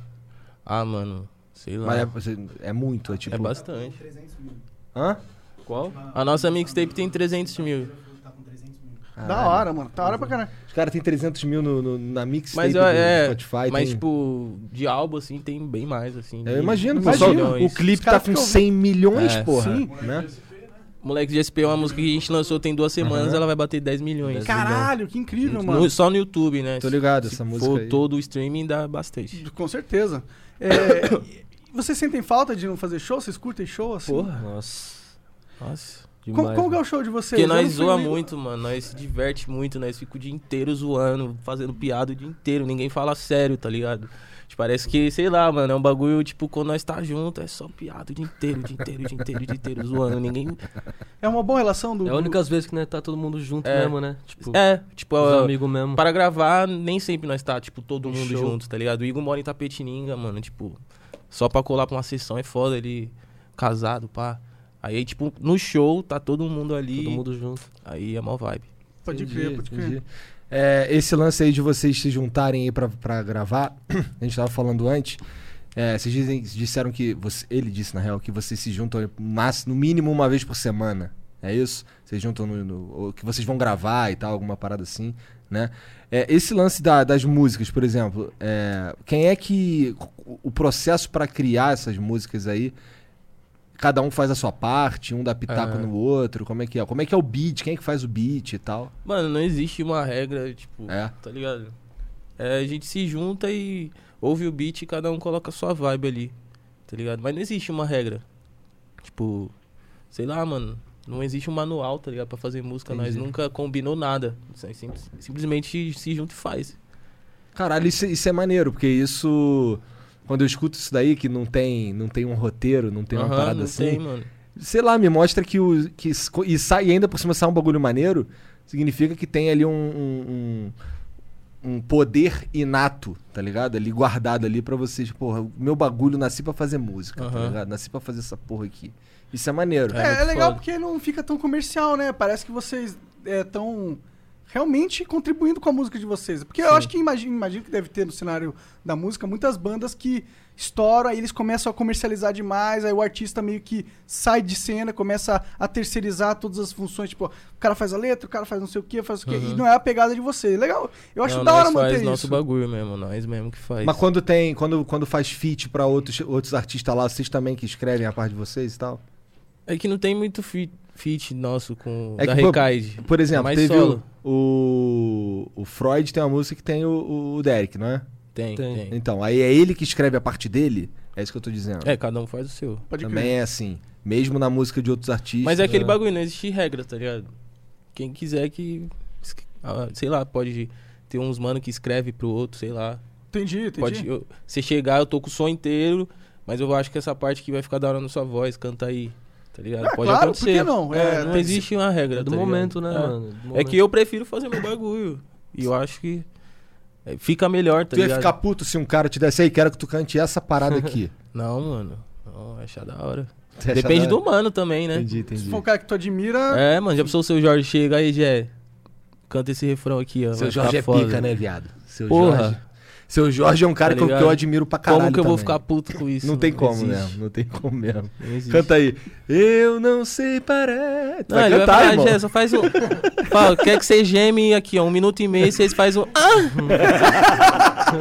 Ah, mano, sei lá. Mas é, você- é muito, é tipo... É bastante. Hã? Qual? A nossa mixtape tem 300 mil. Da hora, mano. Da hora pra caralho. Os caras têm 300 mil no, no- na mixtape Mas, do ó, é, Spotify. mas tem- tipo, de álbum, assim, tem bem mais, assim. Eu de- imagino, de pessoal, milhões. o clipe Os caras tá com ficam 100 milhões, É, porra. sim. Né? Moleque de SP é Uhum. uma música que a gente lançou tem duas semanas, Aham. ela vai bater 10 milhões. Caralho, que incrível, No- mano. só no YouTube, né? Tô ligado, Se essa for música aí. todo o streaming, dá bastante. Com certeza. É, e- vocês sentem falta de não fazer show? Vocês curtem show assim? Porra. Nossa. Nossa. Como, Demais. como que é o show de vocês? Porque Eu nós não fui zoa nem- muito, mano. Nós se diverte muito, nós fica o dia inteiro zoando, fazendo piada o dia inteiro. Ninguém fala sério, tá ligado? Tipo, Parece que, sei lá, mano, é um bagulho, tipo, quando nós tá junto, é só piada o dia inteiro, o dia inteiro, o dia inteiro, o dia inteiro, zoando. Ninguém. É uma boa relação tipo, do. É a única vez que né, tá todo mundo junto É. mesmo, né? Tipo, É, tipo, os ah, amigos mesmo. tá Para gravar, nem sempre nós tá, tipo, todo Um mundo show. junto, tá ligado? O Igor mora em Tapetininga, mano, tipo, só pra colar pra uma sessão é foda, ele casado, pá. Aí, tipo, no show tá todo mundo ali, Todo mundo junto. aí é mó vibe. Pode Entendi, crer, pode crer. entendi. É, esse lance aí de vocês se juntarem aí pra, pra gravar, a gente tava falando antes. é, vocês dizem- disseram que. você- ele disse, na real, que vocês se juntam aí no máximo- no mínimo uma vez por semana. É isso? Vocês juntam no. no- ou que vocês vão gravar e tal, alguma parada assim, né? É, esse lance da- das músicas, por exemplo, é, quem é que. o- O processo pra criar essas músicas aí. Cada um faz a sua parte, um dá pitaco É. no outro, como é que é? Como é que é o beat? Quem é que faz o beat e tal? Mano, não existe uma regra, tipo, É. tá ligado? É, a gente se junta e ouve o beat e cada um coloca a sua vibe ali, tá ligado? Mas não existe uma regra. Tipo, sei lá, mano, não existe um manual, tá ligado? Pra fazer música, nós Entendi. nunca combinou nada. Sim- sim- simplesmente se junta e faz. Caralho, isso, isso é maneiro, porque isso. Quando eu escuto isso daí, que não tem, não tem um roteiro, não tem uma Aham, parada não assim. tem, mano. sei lá, me mostra que o. Que, s- co- e sai e ainda por cima sai um bagulho maneiro, significa que tem ali um. um, um- um poder inato, tá ligado? Ali guardado ali pra vocês, porra, o meu bagulho nasci pra fazer música, tá Aham. ligado? Nasci pra fazer essa porra aqui. Isso é maneiro. É, é muito legal foda. porque não fica tão comercial, né? Parece que vocês estão realmente contribuindo com a música de vocês. Porque eu Sim. acho que imagino, imagino que deve ter no cenário da música muitas bandas que estouram, aí eles começam a comercializar demais, aí o artista meio que sai de cena, começa a terceirizar todas as funções, tipo, ó, o cara faz a letra, o cara faz não sei o que, faz o quê, Uhum. e não é a pegada de vocês. Legal. Eu acho não, da hora nós faz manter nosso isso. bagulho mesmo, nós mesmo que faz. É. Mas quando tem, quando, quando faz feat pra outros, outros artistas lá, vocês também que escrevem a parte de vocês e tal? É que não tem muito fit, fit nosso com É da que, pô, Recaide. Por exemplo, É mais teve solo. o, o Freud tem uma música que tem o, o Derek, não é? Tem, Tem. tem, Então, aí é ele que escreve a parte dele? É isso que eu tô dizendo. É, cada um faz o seu. Pode Também crer. é assim. Mesmo na música de outros artistas. Mas é aquele né? bagulho, não existe regra, tá ligado? Quem quiser que. ah, Sei lá, pode ter uns mano que escreve pro outro, sei lá. Entendi, entendi. Pode, eu, se chegar, eu tô com o som inteiro, mas eu acho que essa parte que vai ficar da hora na sua voz, canta aí. Tá ligado? Ah, pode claro, por acontecer. que não? É, É, não tem- existe uma regra. É do tá ligado? momento, né, É. mano? Do É momento. que eu prefiro fazer meu bagulho. E eu acho que é, fica melhor, tá tu ia ligado? ficar puto se um cara te desse aí, quero que tu cante essa parada aqui. Não, mano. Não, achar da hora. Tu ia achar Depende da- do mano também, né? Entendi, Se entendi. for um cara que tu admira, É, mano, já pensou o seu Jorge chega aí, Jé? Canta esse refrão aqui, ó. Seu vai ficar Jorge é foda. pica, né, viado? Seu Porra. Jorge. Seu Jorge é um cara Tá que eu- que, eu, ligado? admiro pra caralho. Como que eu vou também. ficar puto com isso? Não tem como existe. mesmo, não tem como mesmo. Não existe. Canta aí. Eu não sei parar. Tu Não, vai ele cantar, vai irmão. falar, Jé, só faz um. Fala, quer que você geme aqui, ó, um minuto e meio, vocês fazem um.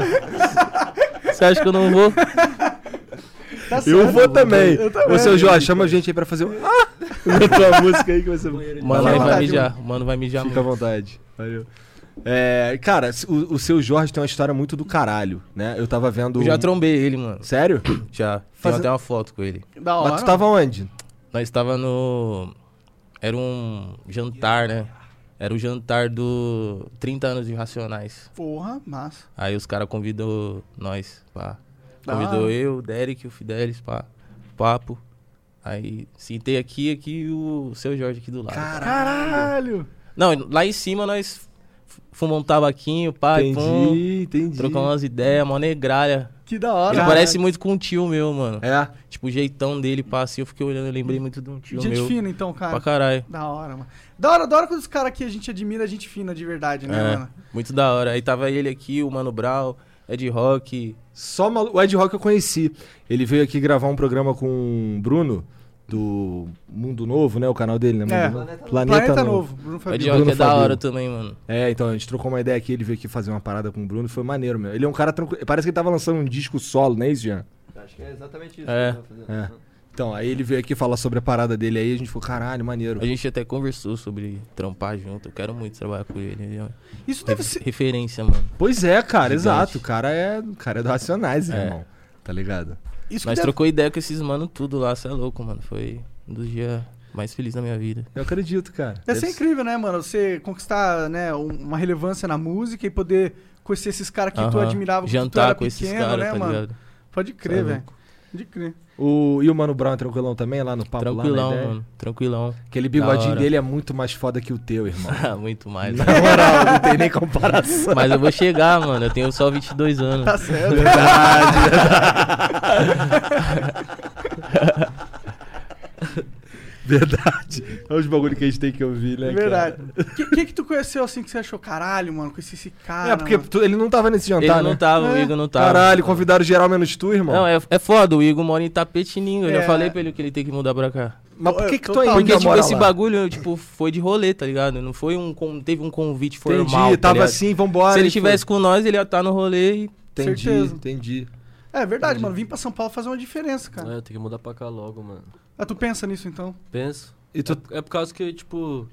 Ah! Você acha que eu não vou? tá certo. Eu vou também. Eu também. Ô, seu Jorge, chama a gente aí pra fazer um... Ah! Na tua música aí que vai ser... O Mano, Fica à aí vai vontade, mijar. O Mano, vai mijar Fica à muito. vontade. Valeu. É, cara, o, o seu Jorge tem uma história muito do caralho, né? Eu tava vendo. Eu já um- trombei ele, mano. Sério? Já. Tem Faz- até uma foto com ele. Da hora. Mas tá- tu tava onde? Nós estava no. Era um jantar, né? Era o jantar do 30 anos de Racionais. Porra, massa. Aí os caras convidou nós, pá. Da Convidou hora. eu, o Derek, o Fidelis, pá. Papo. Aí sentei aqui, aqui e o seu Jorge aqui do lado. Caralho! Não, lá em cima nós f- fumamos um tabaquinho, pá, e pum. entendi. Trocamos umas ideias, mó negralha. Que da hora. Ele parece muito com um tio meu, mano. É. Tipo, o jeitão dele, pá, assim, eu fiquei olhando, eu lembrei muito de um tio Gente meu. fina, então, cara. Pra caralho. Da hora, mano. Da hora, da hora quando os caras que a gente admira, a gente fina de verdade, né, É, mano? muito da hora. Aí tava ele aqui, o Mano Brown, Ed Rock. Só malu... o Ed Rock eu conheci. Ele veio aqui gravar um programa com o Bruno, do Mundo Novo, né? O canal dele, né? Mundo É. Novo. Planeta, Planeta, Novo, Bruno O Ed Fabio. Adiós. Rock Bruno é da Fabio. hora também, mano. É, então a gente trocou uma ideia aqui, ele veio aqui fazer uma parada com o Bruno, foi maneiro mesmo. Ele é um cara tranquilo. Parece que ele tava lançando um disco solo, né, isso, Jean? Acho que é exatamente isso. É. que eu tava fazendo. É. Então, aí ele veio aqui falar sobre a parada dele aí, a gente falou, caralho, maneiro. A gente até conversou sobre trampar junto. Eu quero muito trabalhar com ele. Ele é uma Isso deve ser. referência, mano. Pois é, cara, Gigante. exato. O cara é, o cara é do Racionais, É. irmão. Tá ligado? Isso que Nós deve... trocou ideia com esses mano tudo lá, cê é louco, mano. Foi um dos dias mais felizes da minha vida. Eu acredito, cara. é deve ser incrível, né, mano? Você conquistar né, um- uma relevância na música e poder conhecer esses caras que tu Aham. admirava quando tu Jantar era com esses pequeno, caras, né, tá mano? ligado? Pode crer, Cê é velho. louco. Né, Pode crer. O, e o Mano Brown é tranquilão também, lá no papo lá, Tranquilão, na ideia? mano. Tranquilão. Aquele Da bigodinho hora. dele é muito mais foda que o teu, irmão. Ah, muito mais. Na moral, não tem nem comparação. Mas eu vou chegar, mano. Eu tenho só 22 anos. Tá certo. Verdade. É os bagulho que a gente tem que ouvir, né? É cara? verdade. O que, que que tu conheceu assim que você achou? Caralho, mano, conheci esse cara. É, porque mano. tu- ele não tava nesse Ele jantar, não né? tava, o É. Igor não tava. é, Caralho, convidaram geral menos tu, irmão. Não, é, é foda, o Igor mora em Tapetininga. Eu É. já falei pra ele que ele tem que mudar pra cá. Mas por que que tu é ainda Porque, tipo, mora esse lá? bagulho, tipo, foi de rolê, tá ligado? Não foi um. con- Teve um convite formal. Entendi, tá tava ligado? assim, vambora. Se ele e foi. estivesse com nós, ele ia estar no rolê e. Entendi, Certeza. entendi. É verdade, mano. Vim pra São Paulo fazer uma diferença, cara. É, eu tenho que mudar pra cá logo, mano. Ah, tu pensa nisso então? Penso. E tu... É por causa que, tipo,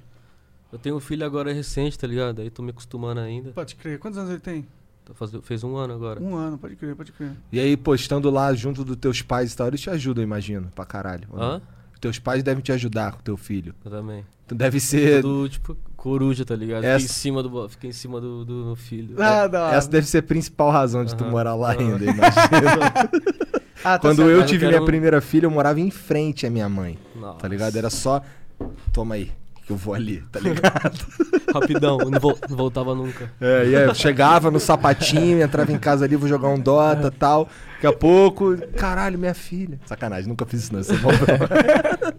eu tenho um filho agora recente, tá ligado? Aí tô me acostumando ainda. Pode crer. Quantos anos ele tem? Tá fazendo- Fez um ano agora. Um ano, pode crer, pode crer. E aí, pô, estando lá junto dos teus pais e tal, eles te ajudam, imagino, pra caralho. Hum. ou não? Hã? Teus pais devem te ajudar com teu filho. Eu também. Tu deve ser. Tudo, tipo, coruja, tá ligado? Essa- Fiquei em cima do, bo- fiquei em cima do, do meu filho. Ah, da hora. Essa deve ser a principal razão de tu Aham. morar lá Aham. ainda, imagino. Ah, tá Quando certo. eu um Mas eu tive quero- minha primeira filha, eu morava em frente à minha mãe, Nossa. tá ligado? Era só. Toma aí, que eu vou ali, tá ligado? Rapidão, não, vol- não voltava nunca. É, e aí eu chegava no sapatinho, entrava em casa ali, vou jogar um Dota e tal. Daqui a pouco, caralho, minha filha. Sacanagem, nunca fiz isso, não. Isso é bom pra-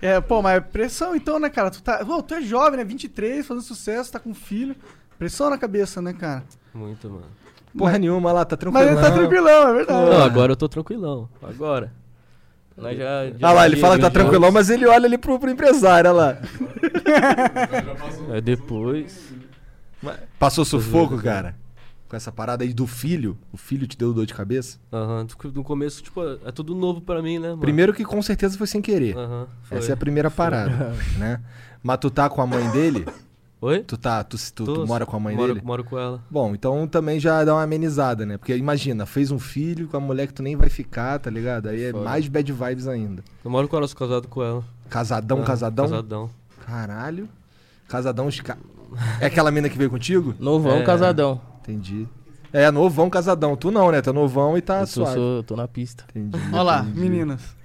É, pô, mas é pressão então, né, cara? Tu, tá... Pô, tu é jovem, né? 23, fazendo sucesso, tá com filho. Pressão na cabeça, né, cara? Muito, mano. Porra nenhuma lá, tá Mas tranquilo. ele tá tranquilão, é verdade. Ah. Não, agora eu tô tranquilão. Agora. Nós já. Ah lá, ele fala que tá tranquilo tranquilão, mas ele olha ali pro, pro empresário, olha lá. É depois. Passou sufoco, cara? Com essa parada aí do filho? O filho te deu dor de cabeça? Aham. tipo, No começo, tipo, é tudo novo pra mim, né, mano? Primeiro que com certeza foi sem querer. Aham. foi. Essa é a primeira parada, né? Mas tu tá com a mãe dele? Oi? Tu tá, tu, tu, tu Tô- mora com a mãe moro, dele? Moro com ela. Bom, então também já dá uma amenizada, né? Porque imagina, fez um filho com a mulher que tu nem vai ficar, tá ligado? Aí é Foda. mais bad vibes ainda. Eu moro com ela, sou casado com ela. Casadão, Ah, É um casadão? Casadão. Caralho. Casadão, os ca- é aquela mina que veio contigo? Novão, É. casadão. Entendi. É, novão, casadão. Tu não, né? Tu é novão e tá eu, tô, suave. sou, eu tô na pista. Entendi. Olha lá, entendi. meninas.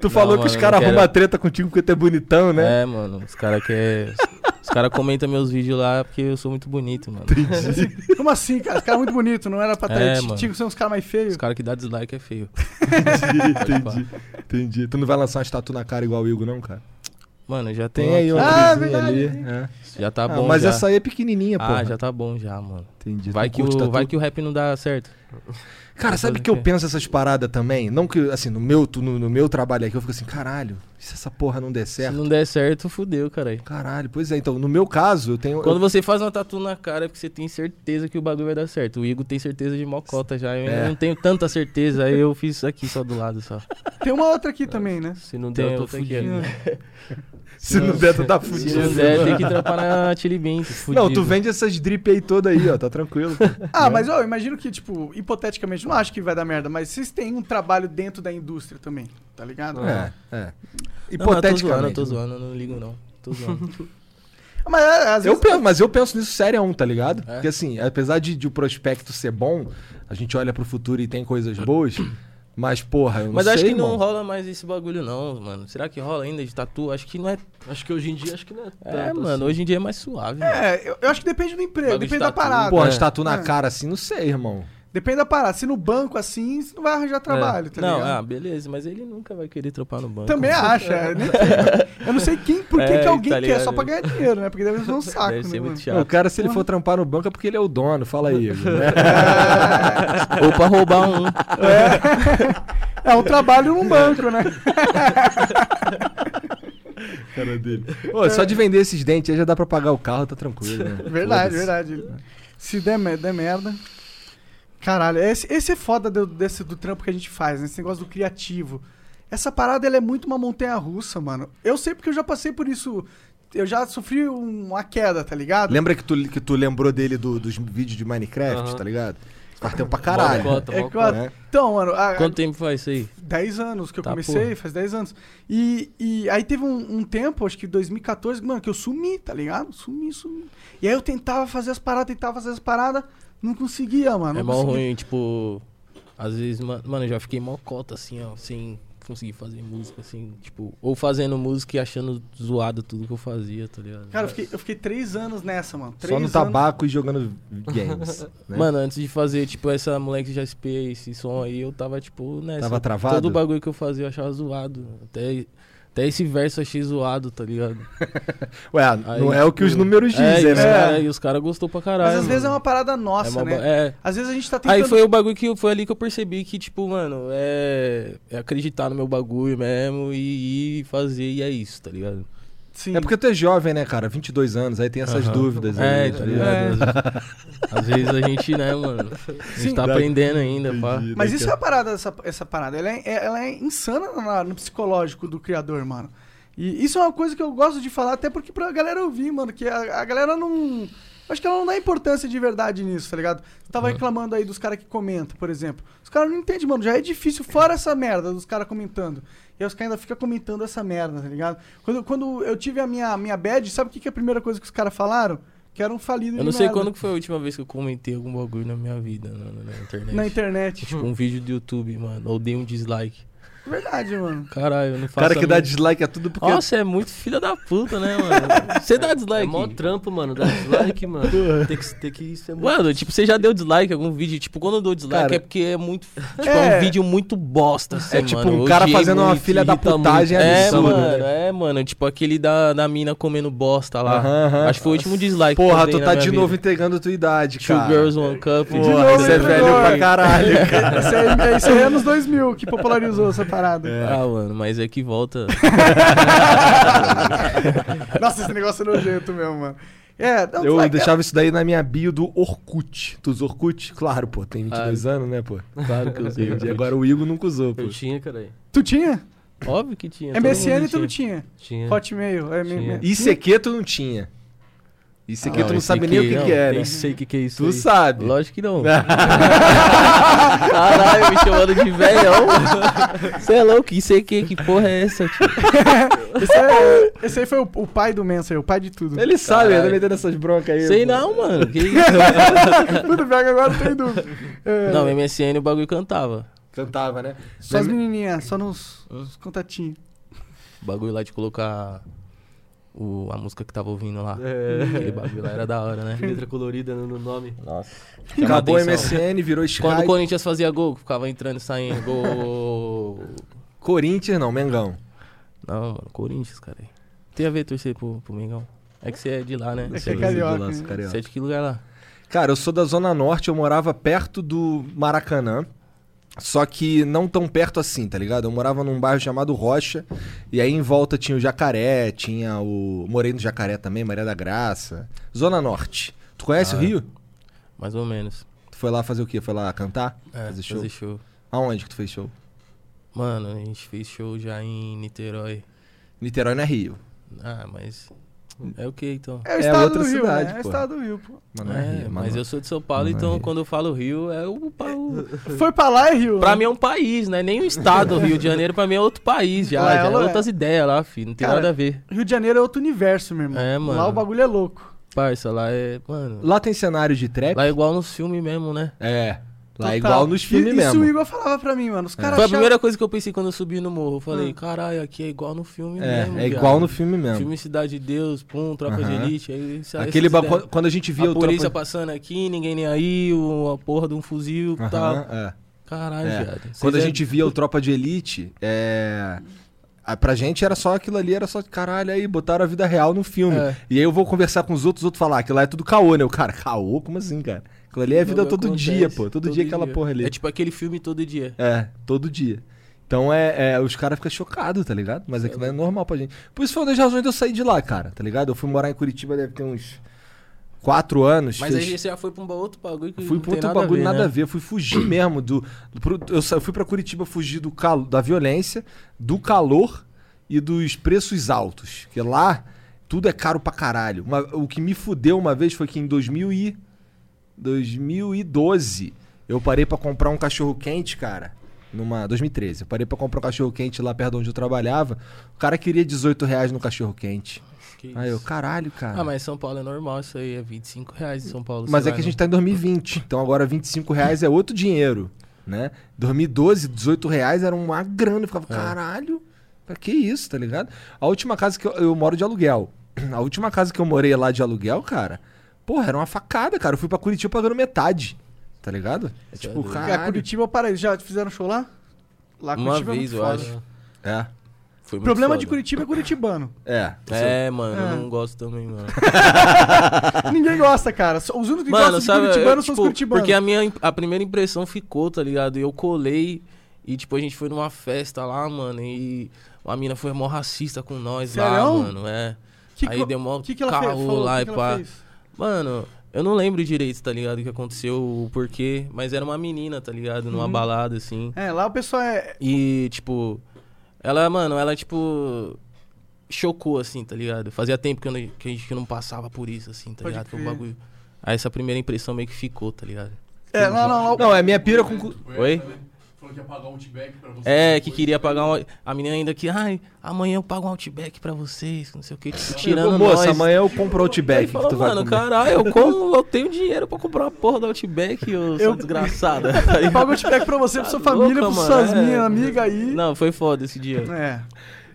Tu falou Não, que os mano, caras não quero. arrumam treta contigo porque tu é bonitão, né? É, mano. Os caras querem. os caras comentam meus vídeos lá porque eu sou muito bonito, mano. Como assim, cara? Os caras muito bonitos, não era pra estar. É, Tinha que ser uns caras mais feios. Os caras que dá dislike é feio. entendi, entendi. Tu não vai lançar uma tatu na cara igual o Igor, não, cara? Mano, já Tem tem aí uma Ah, cruzinha verdade. ali. é. Já tá Ah, bom. mas já. essa aí é pequenininha, pô. Ah, já tá bom já, mano. Entendi. Vai Tu que, curte o, tatu? vai que o rap não dá certo. Cara, sabe fazer que eu o quê? penso essas paradas também? Não que, assim, no meu, tu- no, no meu trabalho aqui, eu fico assim, caralho, e se essa porra não der certo? Se não der certo, fudeu, caralho. Caralho, pois é, então, no meu caso, eu tenho. Quando você faz uma tatu na cara é porque você tem certeza que o bagulho vai dar certo. O Igor tem certeza de mocota já. Eu É. não tenho tanta certeza. Aí eu fiz isso aqui só do lado só. Tem uma outra aqui também, né? Se não Então Tem der, eu tô outra aqui, fudido. Se não der, tu tá Se não fudido. der, é tem que trampar na Chili Beans. Não, tu vende essas drip aí toda aí, ó, tá tranquilo. pô. Ah, mas ó, eu imagino que, tipo, hipoteticamente, não acho que vai dar merda, mas vocês têm um trabalho dentro da indústria também, tá ligado? Ah. É, é. Hipotético. Não, eu Hipoteticamente. tô zoando, eu não ligo não. Tô zoando. Mas é, às Eu vezes. penso, mas eu penso nisso sério, tá ligado? É. Porque assim, apesar de, de o prospecto ser bom, a gente olha pro futuro e tem coisas boas, mas porra, eu não Mas sei, acho que não irmão. rola mais esse bagulho não, mano. Será que rola ainda de tatu? Acho que não é... Acho que hoje em dia, acho que não é É, tanto mano, hoje em dia é mais suave. mano. É, eu, eu acho que depende do emprego, Bagulho depende de né? da tatu. parada. Porra, É. é. tatu na É. cara assim, não sei, irmão. Depende da parada. Se no banco assim, você não vai arranjar trabalho, tá não, ligado? ah, beleza, mas ele nunca vai querer tropar no banco. Também acha. é, né? Eu não sei quem, por que, É, que alguém tá quer ligado? assim, só pra ganhar dinheiro, né? Porque deve ser um saco, Deve né? ser mano? muito Não, o chato. cara, se ele for trampar no banco, é porque ele é o dono, fala aí. Igor, né? Ou pra roubar um. É um trabalho num banco, né? cara dele. Ô, só de vender esses dentes aí já dá pra pagar o carro, tá tranquilo, né? Verdade, Foda-se. verdade. Se der, mer- der merda. Caralho, esse, esse é foda do, desse, do trampo que a gente faz, né? Esse negócio do criativo. Essa parada ela é muito uma montanha russa, mano. Eu sei porque eu já passei por isso. Eu já sofri um- uma queda, tá ligado? Lembra que tu, que tu lembrou dele do- dos vídeos de Minecraft, Aham. tá ligado? Faz tempo pra caralho. Mocota, É mocota. quatro. né? Então, mano, há Quanto tempo faz isso aí? 10 anos que eu Tá, comecei, porra. faz 10 anos. E, e aí teve um, um tempo, acho que 2014, mano, que eu sumi, tá ligado? Sumi, sumi. E aí eu tentava fazer as paradas, tentava fazer as paradas, não conseguia, mano. é não mal conseguia. ruim, tipo. Às vezes, ma- mano, eu já fiquei mó cota assim, ó, sem conseguir fazer música, assim, tipo, ou fazendo música e achando zoado tudo que eu fazia, tá ligado? Cara, eu fiquei, eu fiquei três anos nessa, mano. Três Só no anos. tabaco e jogando games. né? Mano, antes de fazer, tipo, essa moleque já espiei esse som aí, eu tava, tipo, nessa. Tava travado? Todo o bagulho que eu fazia eu achava zoado. Até Até esse verso achei zoado, tá ligado? Ué, Aí, não é o que os tipo, números é, e dizem, os né? cara- e os caras gostou pra caralho. Mas às vezes é né, mano. uma parada nossa, É uma né? ba- é. Às vezes a gente tá tentando... Aí foi o bagulho que eu- foi ali que eu percebi que, tipo, mano, é, é acreditar no meu bagulho mesmo e, e fazer, e é isso, tá ligado? Sim. É porque tu é jovem, né, cara? 22 anos, aí tem essas Aham. dúvidas. É, aí, né? tá ligado? Às vezes às vezes a gente, né, mano, a gente tá aprendendo ainda, pá. Mas isso é a parada, essa, essa parada. Ela é, é- ela é insana na- no psicológico do criador, mano. E isso é uma coisa que eu gosto de falar, até porque pra galera ouvir, mano, que a, a galera não. Acho que ela não dá importância de verdade nisso, tá ligado? Você tava reclamando aí dos caras que comentam, por exemplo. Os caras não entendem, mano. Já é difícil, fora essa merda dos caras comentando. E aí os caras ainda ficam comentando essa merda, tá ligado? Quando, quando eu tive a minha, minha bad, sabe o que, que é a primeira coisa que os caras falaram? Que era um falido Eu de não sei merda quando que foi a última vez que eu comentei algum bagulho na minha vida, na, na- na internet. Na internet. Tipo, um vídeo do YouTube, mano, ou dei um dislike. Verdade, mano. Caralho, eu não O faço cara que a dá mínima- dislike a tudo porque. Nossa, é muito filha da puta, né, mano? Você dá É dislike. mó trampo, mano. Dá dislike, mano. Tem que, tem que ser muito. Mano, tipo, você já deu dislike em algum vídeo? Tipo, quando eu dou dislike Cara. é porque é muito. Tipo, é, É. um vídeo muito bosta, assim, É tipo mano. um Eu cara odiei fazendo uma muito, filha da irrita muito. putagem É, absurda, mano, né? é, mano. Tipo, aquele da, da mina comendo bosta lá. Aham, aham. Acho que foi o último dislike. que Porra, eu dei tu na tá minha de vida. novo entregando a tua idade, Two cara. Girls One Cup. Porra, novo você é velho entregou. pra caralho. Isso aí, isso aí é anos 2000 que popularizou essa parada. Ah, mano, mas é que volta. Nossa, esse negócio é nojento mesmo, mano. É, não, Eu vai- deixava isso daí na minha bio do Orkut. Tu usa Orkut? Claro, pô, tem 22 anos, né, pô? Claro que eu sei. E agora o Igor nunca usou, pô. Eu tinha, caralho. Tu tinha? Óbvio que tinha. todo MSN mundo tu não tinha. tinha? Tinha. Hotmail. É, me- Tinha. me- ICQ tu não tinha. ICQ tu não esse sabe nem o aqui, que, não, que é, Nem né? sei o que, que é isso. Tu aí. sabe. Lógico que não. Caralho, me chamando de velhão. Você é louco, isso aí que, que porra é essa, tio? Esse, é- esse aí foi o, o pai do Manson, o pai de tudo. Ele sabe, Caralho. ele tá nessas broncas aí. Sei pô. não, mano. Que isso? Puta, pior que agora tem dúvida. É, Não, MSN o bagulho cantava. Cantava, né? só as menininhas, só nos, nos contatinhos. O bagulho lá de colocar o, a música que tava ouvindo lá. É, Aquele bagulho lá era da hora, né? letra colorida no, no nome. Chama Acabou o atenção. MSN, virou Skype. Quando o Corinthians fazia gol, ficava entrando e saindo. Gol. Corinthians não, Mengão. Não, mano, Corinthians, cara. Tem a ver torcer pro, pro Mengão. É que você é de lá, né? É que Você é carioca, né? você é de que lugar lá? Cara, eu sou da Zona Norte, eu morava perto do Maracanã. Só que não tão perto assim, tá ligado? Eu morava num bairro chamado Rocha, e aí em volta tinha o Jacaré, tinha o. Morei no Jacaré também, Maria da Graça. Zona Norte. Tu conhece o Rio? Mais ou menos. Tu foi lá fazer o quê? Foi lá cantar? É, fazer show? fazer show. Aonde que tu fez show? Mano, a gente fez show já em Niterói. Niterói não é Rio. Ah, mas. É o que então? É o É estado outra do Rio, cidade, né? É o pô. estado do Rio, pô. Mas não é, É, Rio. mas não- eu sou de São Paulo, Mano, é então Rio. quando eu falo Rio, é o. pa- o- Foi pra lá é Rio. Pra né? mim é um país, né? Nem um estado. Rio de Janeiro pra mim é outro país já. Lá já ela é é. outras ideias lá, filho. Não tem Cara, nada a ver. Rio de Janeiro é outro universo, meu irmão. É, mano. Lá o bagulho é louco. Parça, lá é. Mano. Lá tem cenário de trap? Lá é igual nos filmes mesmo, né? É. Lá Total. é igual nos E- filmes Isso o mesmo. Igor falava pra mim, mano. Os caras Foi a achavam- primeira coisa que eu pensei quando eu subi no morro. Eu falei, caralho, aqui é igual no filme É, mesmo. é viado." igual no filme mesmo. Filme Cidade de Deus, pum, Tropa de Aham. Elite. Aí, isso- Aquele essas ba- ideias. quando- quando a gente via é a o polícia Tropa- passando aqui, ninguém nem aí, uma porra de um fuzil e Aham, tal. é. Caralho, É. viado. Vocês Quando a é- gente via o Tropa de Elite, é... a- pra gente era só aquilo ali, era só, caralho, aí botaram a vida real no filme. É. E aí eu vou conversar com os outros, os outros falar, aquilo lá é tudo caô, né? Eu, cara, caô? Como assim, cara? Aquilo ali é vida Não, todo acontece, dia, pô. Todo, dia aquela porra ali. É tipo aquele filme todo dia. É, todo dia. Então é, é, os caras ficam chocados, tá ligado? Mas aquilo é normal pra gente. Por isso foi uma das razões de eu sair de lá, cara, tá ligado? Eu fui morar em Curitiba, deve ter uns quatro anos. Mas fiz- aí você já foi pra um outro bagulho que Fui não pra tem outro nada bagulho, a ver, nada a né? ver. Fui fugir mesmo do. do- pro- eu, sa- eu fui pra Curitiba fugir do calo, da violência, do calor e dos preços altos. Porque lá tudo é caro pra caralho. Uma- o que me fudeu uma vez foi que em 2000 e, 2012 eu parei pra comprar um cachorro quente, cara. Numa 2013, eu parei pra comprar um cachorro quente lá perto de onde eu trabalhava. O cara queria 18 reais no cachorro quente. Que Aí eu, isso. caralho, cara. Ah, mas em São Paulo é normal isso aí, é 25 reais em São Paulo. Mas sei é lá, que a gente né? tá em 2020, então agora 25 reais é outro dinheiro, né? 2012, 18 reais era uma grana. Eu ficava, É. caralho, pra que isso, tá ligado? A última casa que eu, eu moro de aluguel. A última casa que eu morei lá de aluguel, cara, porra, era uma facada, cara. Eu fui pra Curitiba pagando metade, tá ligado? É Isso é tipo, doido. A caralho. tá Curitiba é o paraíso. Já fizeram show lá? Lá Uma Curitiba é vez, muito eu foda. acho. É. Foi O muito problema foda. de Curitiba é curitibano. É. É, mano, É. eu não gosto também, mano. Ninguém gosta, cara. Só- Os únicos que mano, gostam de sabe? curitibano eu, são os tipo, curitibanos. porque a minha im- a primeira impressão ficou, tá ligado? E eu colei e, tipo, a gente foi numa festa lá, mano, e a mina foi mó racista com nós lá, Sério? mano. É. que aí deu mó que, que ela fez? caô Falou, lá que e que ela pá. fez? Mano, eu não lembro direito, tá ligado? O que aconteceu, o porquê, mas era uma menina, tá ligado? Numa Uhum. balada, assim. É, lá o pessoal é. E, tipo, ela, mano, ela, tipo, chocou, assim, tá ligado? Fazia tempo que, eu não- que a gente não passava por isso, assim, tá Pode ligado? Foi um crer. bagulho. Aí essa primeira impressão meio que ficou, tá ligado? É, não, não, não. Não, é minha pira com. cu- Oi? Falou que ia pagar um outback pra você. É, que queria pagar um. A menina ainda que, ai, amanhã eu pago um outback pra vocês, não sei o que, tirando Moça, nós. amanhã eu compro outback. Aí que falou, tu vai mano, comer." caralho, eu, como, eu tenho dinheiro pra comprar uma porra do Outback, ô, sua Eu- desgraçada. Eu pago o outback pra você, pra Tá sua família, louca, pra mano, suas é. minhas amigas aí. Não, foi foda esse dia. É.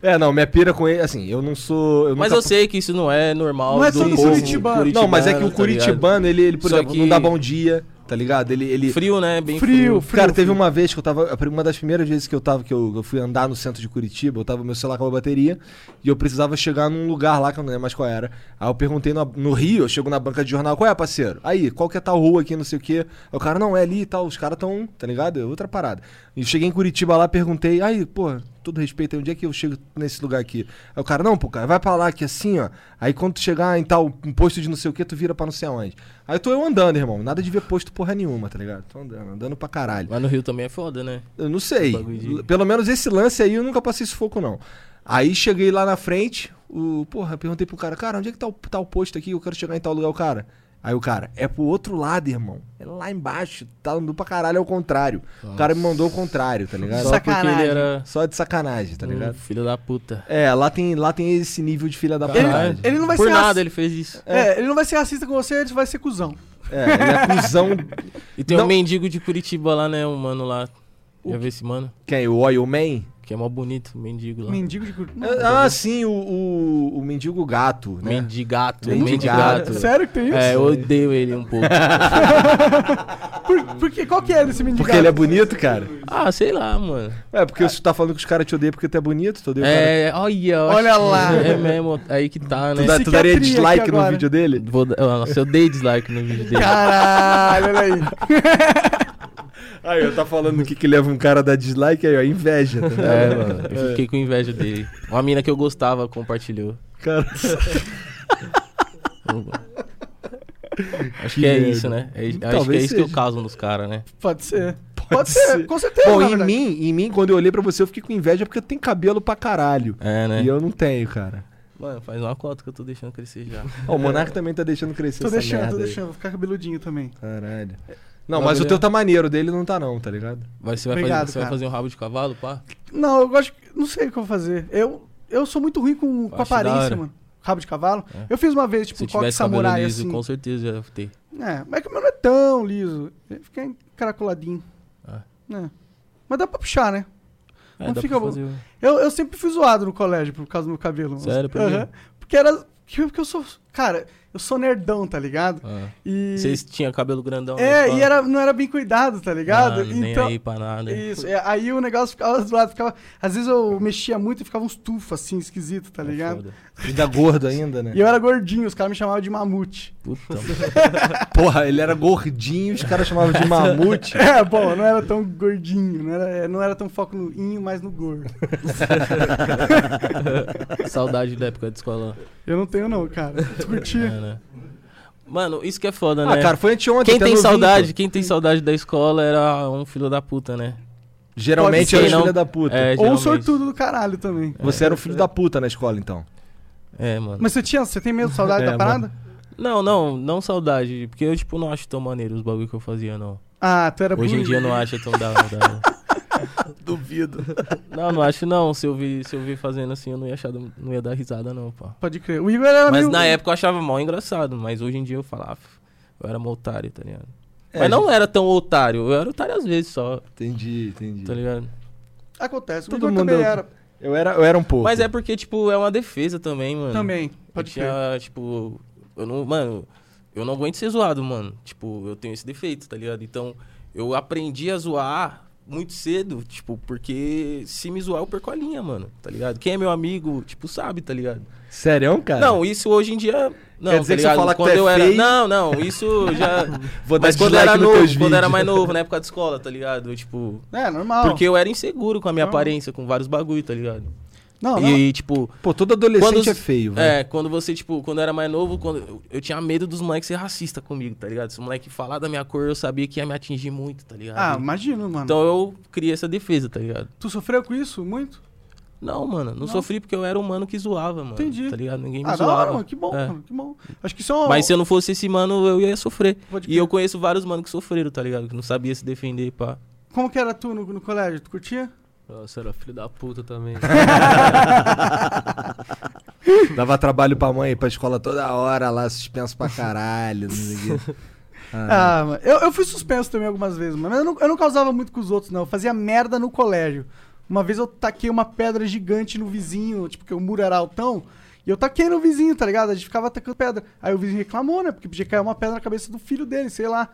É, não, minha pira com ele. Assim, eu não sou. Eu Mas nunca- eu sei que isso não é normal. Não é do todo povo curitibano. Não, mas é que o tá ligado? curitibano, ele, ele por Só exemplo, que- não dá bom dia, tá ligado? Ele. ele... Frio, né? Bem Frio, frio. frio. Cara, teve uma vez que eu tava. a prim- Uma das primeiras vezes que eu tava, que eu, eu fui andar no centro de Curitiba, eu tava meu celular com a bateria e eu precisava chegar num lugar lá que eu não lembro mais qual era. Aí eu perguntei no, no Rio, eu chego na banca de jornal, qual é, parceiro? Aí, qual que é tal rua aqui, não sei o quê? Aí o cara, não, é ali e tal, os caras tão, tá ligado? É outra parada. E eu cheguei em Curitiba lá, perguntei, aí, pô, todo respeito, aí, onde é que eu chego nesse lugar aqui? Aí o cara, não, pô, cara, vai pra lá que assim, ó. Aí quando tu chegar em tal um posto de não sei o que, tu vira pra não sei aonde. Aí tô eu andando, irmão. Nada de ver posto porra nenhuma, tá ligado? Tô andando, andando pra caralho. Mas no Rio também é foda, né? Eu não sei. Bagulho de- L- Pelo menos esse lance aí eu nunca passei sufoco, não. Aí cheguei lá na frente, o, porra, eu perguntei pro cara, cara, onde é que tá o, tá o posto aqui? Eu quero chegar em tal lugar, o cara. Aí o cara, é pro outro lado, irmão. É lá embaixo, tá andando pra caralho, é o contrário. O cara me mandou o contrário, tá ligado? Só Só, Sacanagem. porque ele era de sacanagem, tá um ligado? filho da puta. É, lá tem, lá tem esse nível de filha da Ele, putagem. ele não vai Por ser nada raci- ele fez isso. É, ele não vai ser racista com você, ele vai ser cuzão. É, ele é cuzão. E tem Não. um mendigo de Curitiba lá, né? Um mano lá. Já viu esse mano? Quem? O Oil Man? Que é mó bonito, o mendigo lá. Mendigo de Curitiba. Ah, sim, o, o, o mendigo gato, né? Mendigato. Mendigato. Mendigato. Sério que tem isso? É, eu odeio ele um pouco. Por, por quê? Qual que é desse mendigo? Porque ele é bonito, cara. ah, sei lá, mano. É, porque você tá falando que os caras te odeiam porque tu é bonito, tu odeia o cara. É, olha, eu Olha acho que lá. É mesmo, aí que tá, Tu, né? dá- tu daria Psiquiatria dislike aqui no agora. vídeo dele? Vou dar- Nossa, eu dei dislike no vídeo dele. Caralho, olha aí. Aí, eu tá falando o que que leva um cara a dar dislike, aí, ó, inveja, tá vendo? É, mano, eu fiquei com inveja dele. Uma mina que eu gostava compartilhou. Cara, Acho que é isso, né? É, acho que é Talvez isso que eu seja. causo nos caras, né? Pode ser. Pode, ser. ser. com certeza. Bom, na em verdade. mim, em mim, quando eu olhei pra você, eu fiquei com inveja porque tu tem cabelo pra caralho. É, né? E eu não tenho, cara. Mano, faz uma cota que eu tô deixando crescer já. Ó, o Monark também tá deixando crescer Tô essa deixando, merda tô aí. deixando. Vou ficar cabeludinho também. Caralho. Não, Não, mas o beleza. teu tá maneiro, o dele não tá não, tá ligado? Mas você vai, Obrigado, fazer, você vai cara. fazer um rabo de cavalo, pá? Não, eu gosto. Não sei o que eu vou fazer. Eu, eu sou muito ruim com, com Acho da aparência, hora. mano. Rabo de cavalo. É. Eu fiz uma vez, tipo, Se um coque tivesse cabelo samurai liso, assim. com certeza já ter. É, mas que o meu não é tão liso. Ele fica encaracoladinho. Ah. É. Mas dá pra puxar, né? É, Não dá fica pra bom. fazer. um- Eu, eu sempre fui zoado no colégio por causa do meu cabelo. Sério, por quê? Aham. Porque era. Porque eu sou. Cara, eu sou nerdão, tá ligado? Ah. E. Vocês tinham cabelo grandão. É, né, e pá? era, não era bem cuidado, tá ligado? Ah, nem aí pra nada. Isso, é, aí o negócio ficava zoado, ficava. Às vezes eu mexia muito e ficava uns tufos assim, esquisito, tá É ligado? foda. Ainda gordo ainda, né? E eu era gordinho, os caras me chamavam de mamute. Puta, Porra, ele era gordinho, os caras chamavam de mamute. É, bom, eu não era tão gordinho, não era, é, não era tão foco no inho, mas no gordo. saudade da época de escola. Eu não tenho, não, cara. Tu É, curtia? né? Mano, isso que é foda, Ah, né? cara, foi anteontem. quem até tem novinho, saudade, quem tem saudade da escola era um filho da puta, né? pô. Geralmente Pode ser, era não. filha da puta. É, Ou um geralmente. sortudo do caralho também. Você era um filho da puta na escola, então. É, mano. Mas você tinha, você tem medo de saudade É, da parada? Não, não, não saudade. Porque eu, tipo, não acho tão maneiro os bagulho que eu fazia, não. Ah, tu era Hoje em bullying. dia eu não acho tão da hora. Duvido. Não, não acho não. Se eu vi, se eu vi fazendo assim, eu não ia achar, não ia dar risada, não, pô. Pode crer. O Igor era Mas meio- na época eu achava mal engraçado, mas hoje em dia eu falava, "Ah, eu era mó otário, tá ligado? É, mas não era tão otário, eu era otário às vezes só, Entendi, entendi. tá ligado? Acontece, o Todo Igor mundo- também era. Eu era, eu era um pouco. Mas é porque, tipo, é uma defesa também, mano. Também, pode eu crer. tinha, tipo, eu não, mano, eu não aguento ser zoado, mano. Tipo, eu tenho esse defeito, tá ligado? Então, eu aprendi a zoar muito cedo, tipo, porque se me zoar eu perco a linha, mano, tá ligado? Quem é meu amigo, tipo, sabe, tá ligado? Sério, é um cara? Não, isso hoje em dia. Não, Quer dizer tá que você ligado? fala que quando tu é eu era. feio? Não, não, isso já. Vou dar Mas quando dislike eu era nos novo, teus quando eu era vídeos. mais novo, na época da escola, tá ligado? Eu, Tipo. É, normal. Porque eu era inseguro com a minha Não. aparência, com vários bagulho, tá ligado? Não, não. E, tipo, Pô, todo adolescente Quando os- é feio, velho. é, quando você, tipo, quando eu era mais novo, quando eu, eu tinha medo dos moleques ser racista comigo, tá ligado? Se o moleque falar da minha cor, eu sabia que ia me atingir muito, tá ligado? Ah, imagino, mano. então eu criei essa defesa, tá ligado? Tu sofreu com isso muito? Não, mano, não, sofri porque eu era humano que zoava, mano. Entendi. Tá ligado? Ninguém me Ah, da zoava. hora, mano. Que bom, É. mano. Que bom. Acho que só. um Mas se eu não fosse esse mano, eu ia sofrer. Pode E crer. eu conheço vários manos que sofreram, tá ligado? Que não sabia se defender, pá. Como que era tu no, no colégio? Tu curtia? Nossa, era filho da puta também. Dava trabalho pra mãe, pra escola toda hora lá, suspenso pra caralho, não sei o quê. Ah, Ah, mano. Eu, eu fui suspenso também algumas vezes, mano. Mas eu não, eu não causava muito com os outros, não. Eu fazia merda no colégio. Uma vez eu taquei uma pedra gigante no vizinho, tipo, que o muro era altão. E eu taquei no vizinho, tá ligado? A gente ficava atacando pedra. Aí o vizinho reclamou, né? Porque podia cair uma pedra na cabeça do filho dele, sei lá.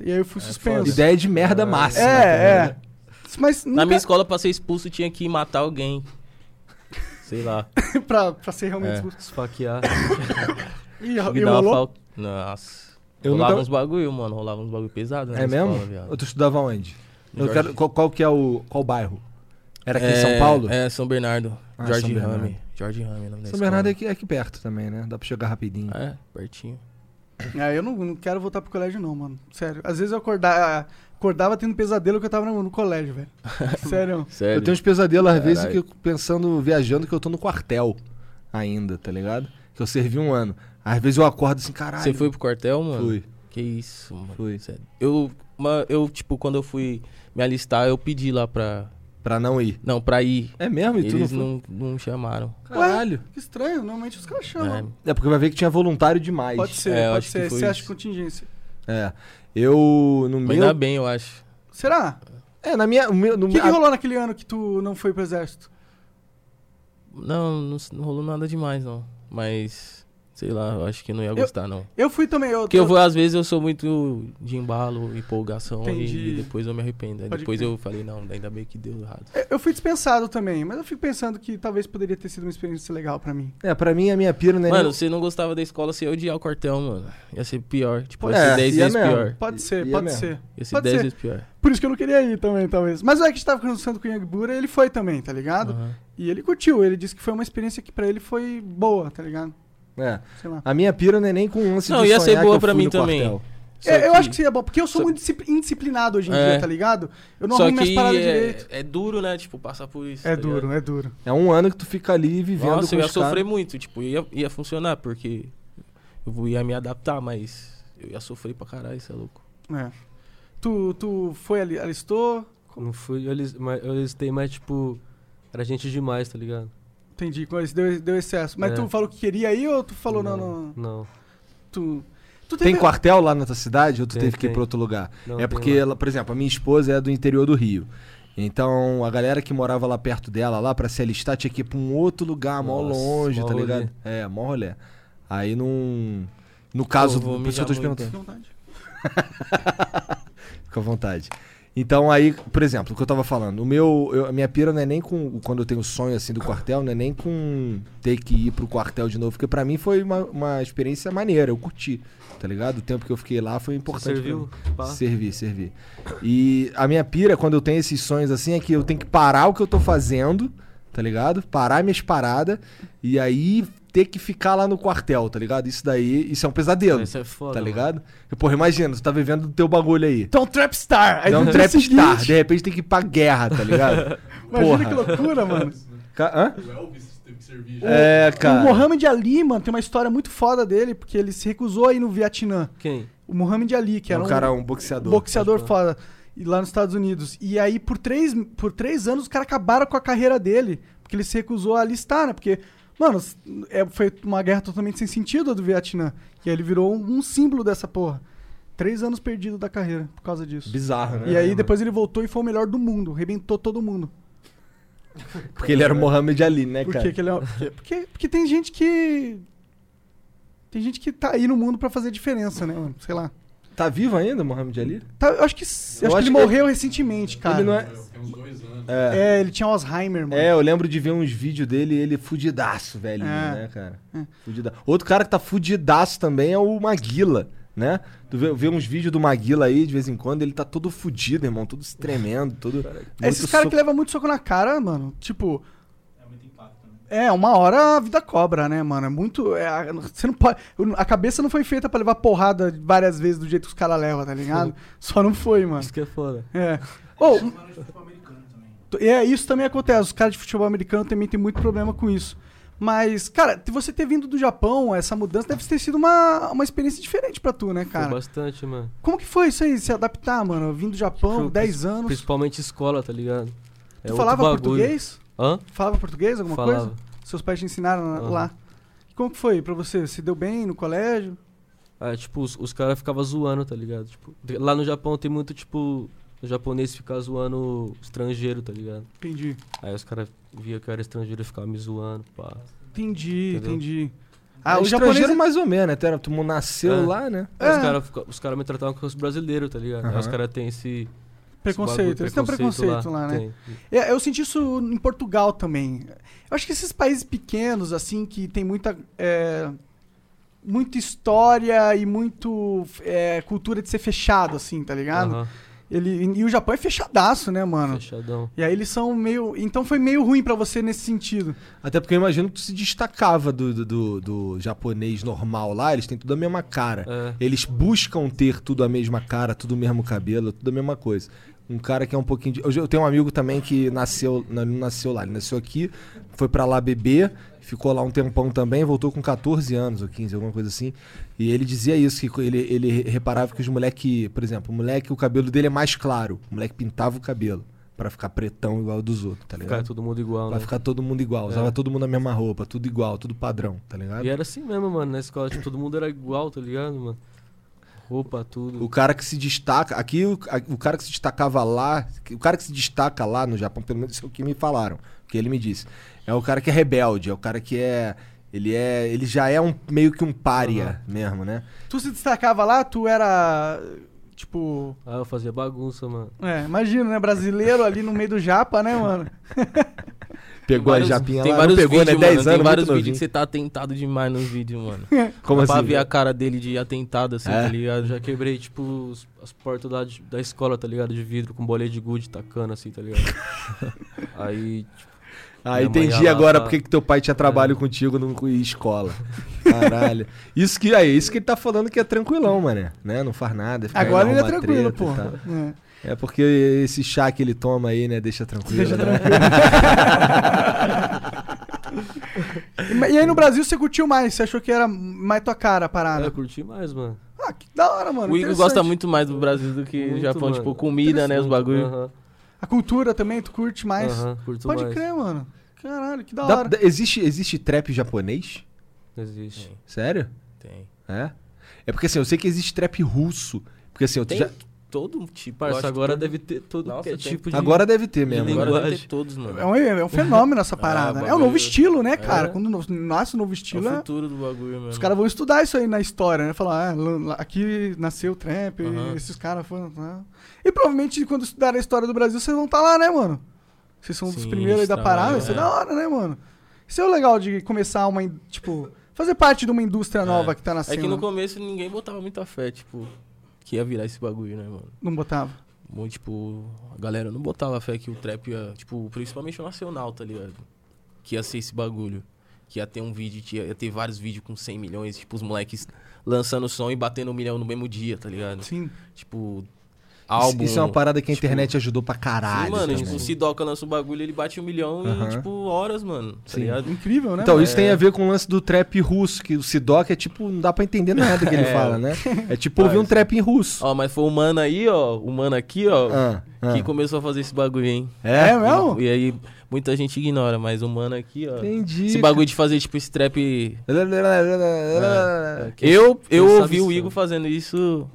E aí eu É fui suspenso. Ideia de merda máxima. tá É, cara. é. Mas Na nunca minha escola, pra ser expulso, tinha que matar alguém. Sei lá. pra, pra ser realmente expulso. Esfaquear. Ih, Tinha que e dar É. uma rolou? fal- Nossa. Eu rolava nunca- uns bagulho, mano. Rolava uns bagulho pesado, né? É na mesmo? escola, viado. Ou tu estudava onde? No Eu Jorge. quero, qual, qual que é o. Qual bairro? Era aqui em São Paulo? É, São Bernardo. Ah, São Jorge Bernardo. Rame. Jorge Rame, o nome da São escola. Bernardo é aqui, é aqui perto também, né? Dá pra chegar rapidinho. Ah, É, pertinho. Ah, eu não, não quero voltar pro colégio, não, mano. Sério. Às vezes eu acordava, acordava tendo pesadelo que eu tava no, no colégio, velho. Sério. Sério. Eu tenho uns pesadelos às vezes que é Caralho. eu pensando, viajando, que eu tô no quartel ainda, tá ligado? Que eu servi um ano. Às vezes eu acordo assim, caralho. Você foi pro quartel, mano? Fui. Que isso, mano. Fui. Sério. Eu, ma- eu, tipo, quando eu fui me alistar, eu pedi lá pra. Pra não ir. Não, pra ir. É mesmo? E tu Eles não foi? não, não chamaram. Caralho. Que estranho, normalmente os caras É, chamam. É porque vai ver que tinha voluntário demais. Pode ser, É, eu pode acho que ser. foi Você acha isso. contingência. É. Eu, no Mas meu... ainda bem, eu acho. Será? É, na minha... o meu- no O que, Ah. que a- rolou naquele ano que tu não foi pro exército? Não, não, s- não rolou nada demais, não. Mas, sei lá, eu acho que não ia gostar, não. Eu fui também. Eu, Porque eu vou, às vezes eu sou muito de embalo, empolgação, e- Entendi. e, depois eu me arrependo. Aí Pode depois crer. eu falei, não, ainda bem que deu errado. eu- eu fui dispensado também, mas eu fico pensando que talvez poderia ter sido uma experiência legal pra mim. É, pra mim, a minha pira não é... Mano, nem- você não gostava da escola, você ia odiar o quartel, mano. Ia ser pior. Tipo, É, ia ser 10 ia vezes mesmo. pior. Pode ser, e é pode mesmo. ser. Ia ser Pode 10 ser. vezes pior. Por isso que eu não queria ir também, talvez. Mas é que a gente tava conversando com o Young Bura, ele foi também, tá ligado? Aham. E ele curtiu, ele disse que foi uma experiência que pra ele foi boa, tá ligado? É. Sei lá. A minha pira não é nem com um lance Não, de ia sonhar ser boa que eu pra fui mim no também. quartel. Só É, eu acho que seria bom, porque eu sou muito discipli- indisciplinado hoje em É. dia, tá ligado? Eu não Só arrumo minhas que paradas é, direito. é duro, né? Tipo, passar por isso. É tá duro, ligado? é duro. É um ano que tu fica ali vivendo Nossa, com eu ia os caras. sofrer muito. Tipo, ia, ia funcionar, porque eu vou- ia me adaptar, mas eu ia sofrer pra caralho, isso é louco. É. Tu, tu foi ali, alistou, Não fui. Eu, lis- mas eu listei, mas tipo. Era gente demais, tá ligado? entendi, com esse deu, deu excesso. Mas É. tu falou que queria ir ou tu falou não, não? Não. não, tu, tu Tem teve- quartel lá na tua cidade ou tu Tem, teve que ir tem. pra outro lugar? Não, é tem porque, lá. ela, por exemplo, a minha esposa é do interior do Rio. Então, a galera que morava lá perto dela, lá pra se alistar, tinha que ir pra um outro lugar, mó Nossa, longe, mó tá rolê. ligado? É, mó rolê. Aí num. No caso, Eu vou por isso que eu tô te mijar muito. perguntando. Fica à vontade. Fica à vontade. Então aí, por exemplo, o que eu tava falando, o meu, eu- a minha pira não é nem com quando eu tenho sonho assim do quartel, não é nem com ter que ir pro quartel de novo, porque pra mim foi uma, uma experiência maneira, eu curti, tá ligado? O tempo que eu fiquei lá foi Você importante. pra mim. serviu? Pá. Servir, servir. E a minha pira, quando eu tenho esses sonhos assim, é que eu tenho que parar o que eu tô fazendo, tá ligado? Parar minhas paradas e aí ter que ficar lá no quartel, tá ligado? Isso daí, isso é um pesadelo, Isso é foda. tá mano. ligado? Porra, imagina, tu tá vivendo do teu bagulho aí. Então, Trapstar! Aí É no um dia trap seguinte- star, de repente tem que ir pra guerra, tá ligado? Imagina Porra. que loucura, mano. Ca- Hã? O Elvis teve que servir né? já. É, O cara. Mohamed Ali, mano, tem uma história muito foda dele, porque ele se recusou a ir no Vietnã. Quem? O Mohamed Ali, que É era um cara, um boxeador. boxeador Pode foda. E lá nos Estados Unidos. E aí, por três, por três anos, os caras acabaram com a carreira dele. Porque ele se recusou a listar, né? Porque, mano, s- é, foi uma guerra totalmente sem sentido a do Vietnã. E aí ele virou um, um símbolo dessa porra. Três anos perdido da carreira por causa disso. Bizarro, né? e aí depois ele voltou e foi o melhor do mundo. Rebentou todo mundo. Porque ele era o Mohamed Ali, né, Por cara? que que ele é... Porque, porque, porque tem gente que... Tem gente que tá aí no mundo pra fazer diferença, né, mano? Sei lá. Tá vivo ainda, Mohamed Ali? Tá, eu acho que, eu acho acho que ele que- morreu recentemente, cara. Ele não é. Tem uns dois anos. É. Tá. É, ele tinha Alzheimer, mano. É, eu lembro de ver uns vídeos dele, ele fudidaço, velho, É. né, cara? Fudida- Outro cara que tá fudidaço também é o Maguila, né? Tu vê, vê uns vídeos do Maguila aí, de vez em quando, ele tá todo fudido, irmão, todo se tremendo, todo... É Esses caras que levam... levam muito soco na cara, mano. Tipo, É muito impacto, né? é, uma hora a vida cobra, né, mano? É muito. é, a- você não pode. A cabeça não foi feita pra levar porrada várias vezes do jeito que os caras levam, tá ligado? Só não foi, mano. Isso que é foda. É. Ou, Chamaram de futebol americano também. T- É, isso também acontece. Os caras de futebol americano também tem muito problema com isso. Mas, cara, te- você ter vindo do Japão, essa mudança deve ter sido uma, uma experiência diferente pra tu, né, Foi cara? bastante, mano. Como que foi isso aí, se adaptar, mano? Vindo do Japão, Tipo, 10 anos. Principalmente escola, tá ligado? É Tu outro falava bagulho. português? Hã? Falava português, alguma falava. coisa? Seus pais te ensinaram na- Aham. lá. E Como que foi pra você? Se deu bem no colégio? Ah, tipo, os, os caras ficavam zoando, tá ligado? Tipo, de- lá no Japão tem muito, tipo, o japonês ficar zoando estrangeiro, tá ligado? Entendi. Aí os caras via que eu era estrangeiro e ficavam me zoando, pá. Entendi, Entendeu? entendi. Ah, o japonês estrangeiro é- mais ou menos, né? Tu, era- tu nasceu É. lá, né? Aí É. Os caras os cara me tratavam como se fosse brasileiro, tá ligado? Aí os Aham. caras têm esse. preconceito. Eles têm um preconceito lá, né? É, eu senti isso em Portugal também. Eu acho que esses países pequenos, assim, que tem muita. é, muita história e muito é, cultura de ser fechado, assim, tá ligado? Ele, e o Japão é fechadaço, né, Ah. mano? Fechadão. E aí eles são meio. Então foi meio ruim pra você nesse sentido. Até porque eu imagino que tu se destacava do, do, do- do japonês normal lá, eles têm tudo a mesma cara. É. Eles buscam ter tudo a mesma cara, tudo o mesmo cabelo, tudo a mesma coisa. Um cara que é um pouquinho de... Eu eu tenho um amigo também que nasceu, não, ele não nasceu lá, ele nasceu aqui, foi pra lá beber, ficou lá um tempão também, voltou com 14 anos ou 15, alguma coisa assim. E ele dizia isso, que ele, ele reparava que os moleque, por exemplo, o moleque, o cabelo dele é mais claro, o moleque pintava o cabelo pra ficar pretão igual ao dos outros, tá ligado? Ficar todo mundo igual, Vai né? ficar todo mundo igual. Usava todo mundo a mesma roupa, tudo igual, tudo padrão, tá ligado? E era assim mesmo, mano, na escola, tipo, todo mundo era igual, tá ligado, mano? Roupa, tudo. O cara que se destaca. Aqui, o, a- o cara que se destacava lá. O cara que se destaca lá no Japão, pelo menos isso é o que me falaram. O que ele me disse. É o cara que é rebelde, é o cara que é. Ele é. Ele já é um meio que um pária mesmo, né? Tu se destacava lá, tu era. Tipo. Aí eu fazia bagunça, mano. É, imagina, né? Brasileiro ali no meio do japa, né, mano? Pegou vários- a japinha tem lá, não vários pegou, vídeos, né? 10 mano, anos, Tem vários muito vídeos que novinho. você tá atentado demais nos vídeos, mano. Como pra assim? ver a cara dele de atentado, assim, É? tá ligado? Já quebrei, tipo, os- as portas da, da escola, tá ligado? De vidro, com bolinha de gude tacando, assim, tá ligado? Aí, tipo, Ah, Minha mãe entendi ia lá agora pra- porque que teu pai É. tinha trabalho contigo no, em escola. Caralho. Isso que, aí, isso que ele tá falando que é tranquilão, mané. Né? Não faz nada. fica aí, Agora não ele é arruma tranquilo, treta e porra. tal. É. É porque esse chá que ele toma aí, né, deixa tranquilo. Deixa né? E, ma- e aí no Brasil você curtiu mais, você achou que era mais tua cara a eu parada. é, curti mais, mano. Ah, que da hora, mano. O Igor interessante. gosta muito mais do Brasil do que do Muito, Japão. mano. Tipo, comida, né? Os Muito, bagulho. Aham, A cultura também, tu curte mais. aham, curto Pode mais. crer, mano. Caralho, que da Dá- hora. dá- existe, existe trap japonês? Não existe. Sério? Tem. É? É porque assim, eu sei que existe trap russo. Porque assim, eu Tem já... todo tipo. eu Parça, acho que agora todo- deve ter todo Nossa, que é tem- tipo de... agora deve ter mesmo. língua. Agora- Agora deve ter linguagem. todos, mano. É um, é um fenômeno essa parada. né? é um novo bagulho- estilo, né, cara? É. Quando no- nasce um novo É estilo, o é- futuro do bagulho, mano. os caras vão estudar isso aí na história, né? Falar, ah, lá- lá- aqui nasceu o trap, Aham. esses caras foram. né? E provavelmente quando estudarem a história do Brasil, vocês vão estar lá, né, mano? Vocês são os Sim, primeiros aí da trabalho, parada, isso é é. da hora, né, mano? Isso é o legal de começar uma. in- Tipo, fazer parte de uma indústria nova que tá É nascendo. assim, né? que no começo ninguém botava muita fé, tipo, que ia virar esse bagulho, né, mano? Não botava. Muito, tipo, a galera não botava fé que o trap ia, tipo, principalmente o nacional, tá ligado? Que ia ser esse bagulho. Que ia ter um vídeo, que ia ia ter vários vídeos com 100 milhões, tipo, os moleques lançando som e batendo um milhão no mesmo dia, tá ligado? Sim. Tipo, Isso- álbum. Isso, é uma parada que a tipo, internet ajudou pra caralho. Sim, mano, também. tipo, o Sidoca lança um bagulho, ele bate um milhão Aham. em, tipo, horas, mano. Tá Sim. ligado? Incrível, né? é- Então, mano? isso tem a ver com o lance do trap russo, que o Sidoc é tipo, não dá pra entender nada que ele É. fala, né? É tipo Ah, ouvir um trap em russo. Ó, mas foi o mano aí, ó, o mano aqui, ó, Ah, ah. que começou a fazer esse bagulho, hein? É, mesmo? E aí, muita gente ignora, mas o mano aqui, ó. Entendi. Esse bagulho de fazer, tipo, esse trap. É. Quem- Eu, quem eu sabe ouvi o sabe. Igor fazendo isso.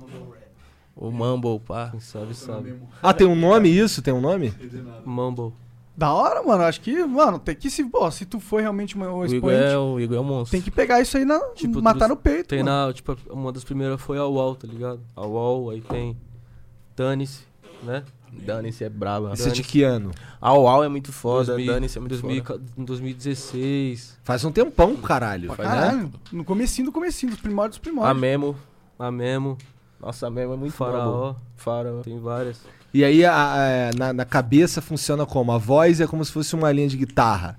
O Mumble, pá. Quem é sabe, sabe. É Ah, tem um nome isso? Tem um nome? Não entendi nada. Mumble. Da hora, mano. Acho que, mano, tem que se. Pô, se tu for realmente uma- um O Igor, é, expoente, o Igor é um monstro. tem que pegar isso aí na. Tipo, matar tu- no peito. Tem mano. na, tipo, uma das primeiras foi a UOL, tá ligado? A UOL, aí tem Dane-se, né? Dane-se, é braba. Isso é de que ano? A UAU é muito foda, 2000, Dane-se é muito 2000, foda. em 2016, Faz um tempão, caralho. Pra Faz, né? caralho. No comecinho do comecinho, dos primórdios dos A primórdios. Memo. a Memo, Ah, Nossa, a Memo é muito boa. Faraó, Faraó. Tá tem várias. E aí a- a- na, na cabeça funciona como? A voz é como se fosse uma linha de guitarra.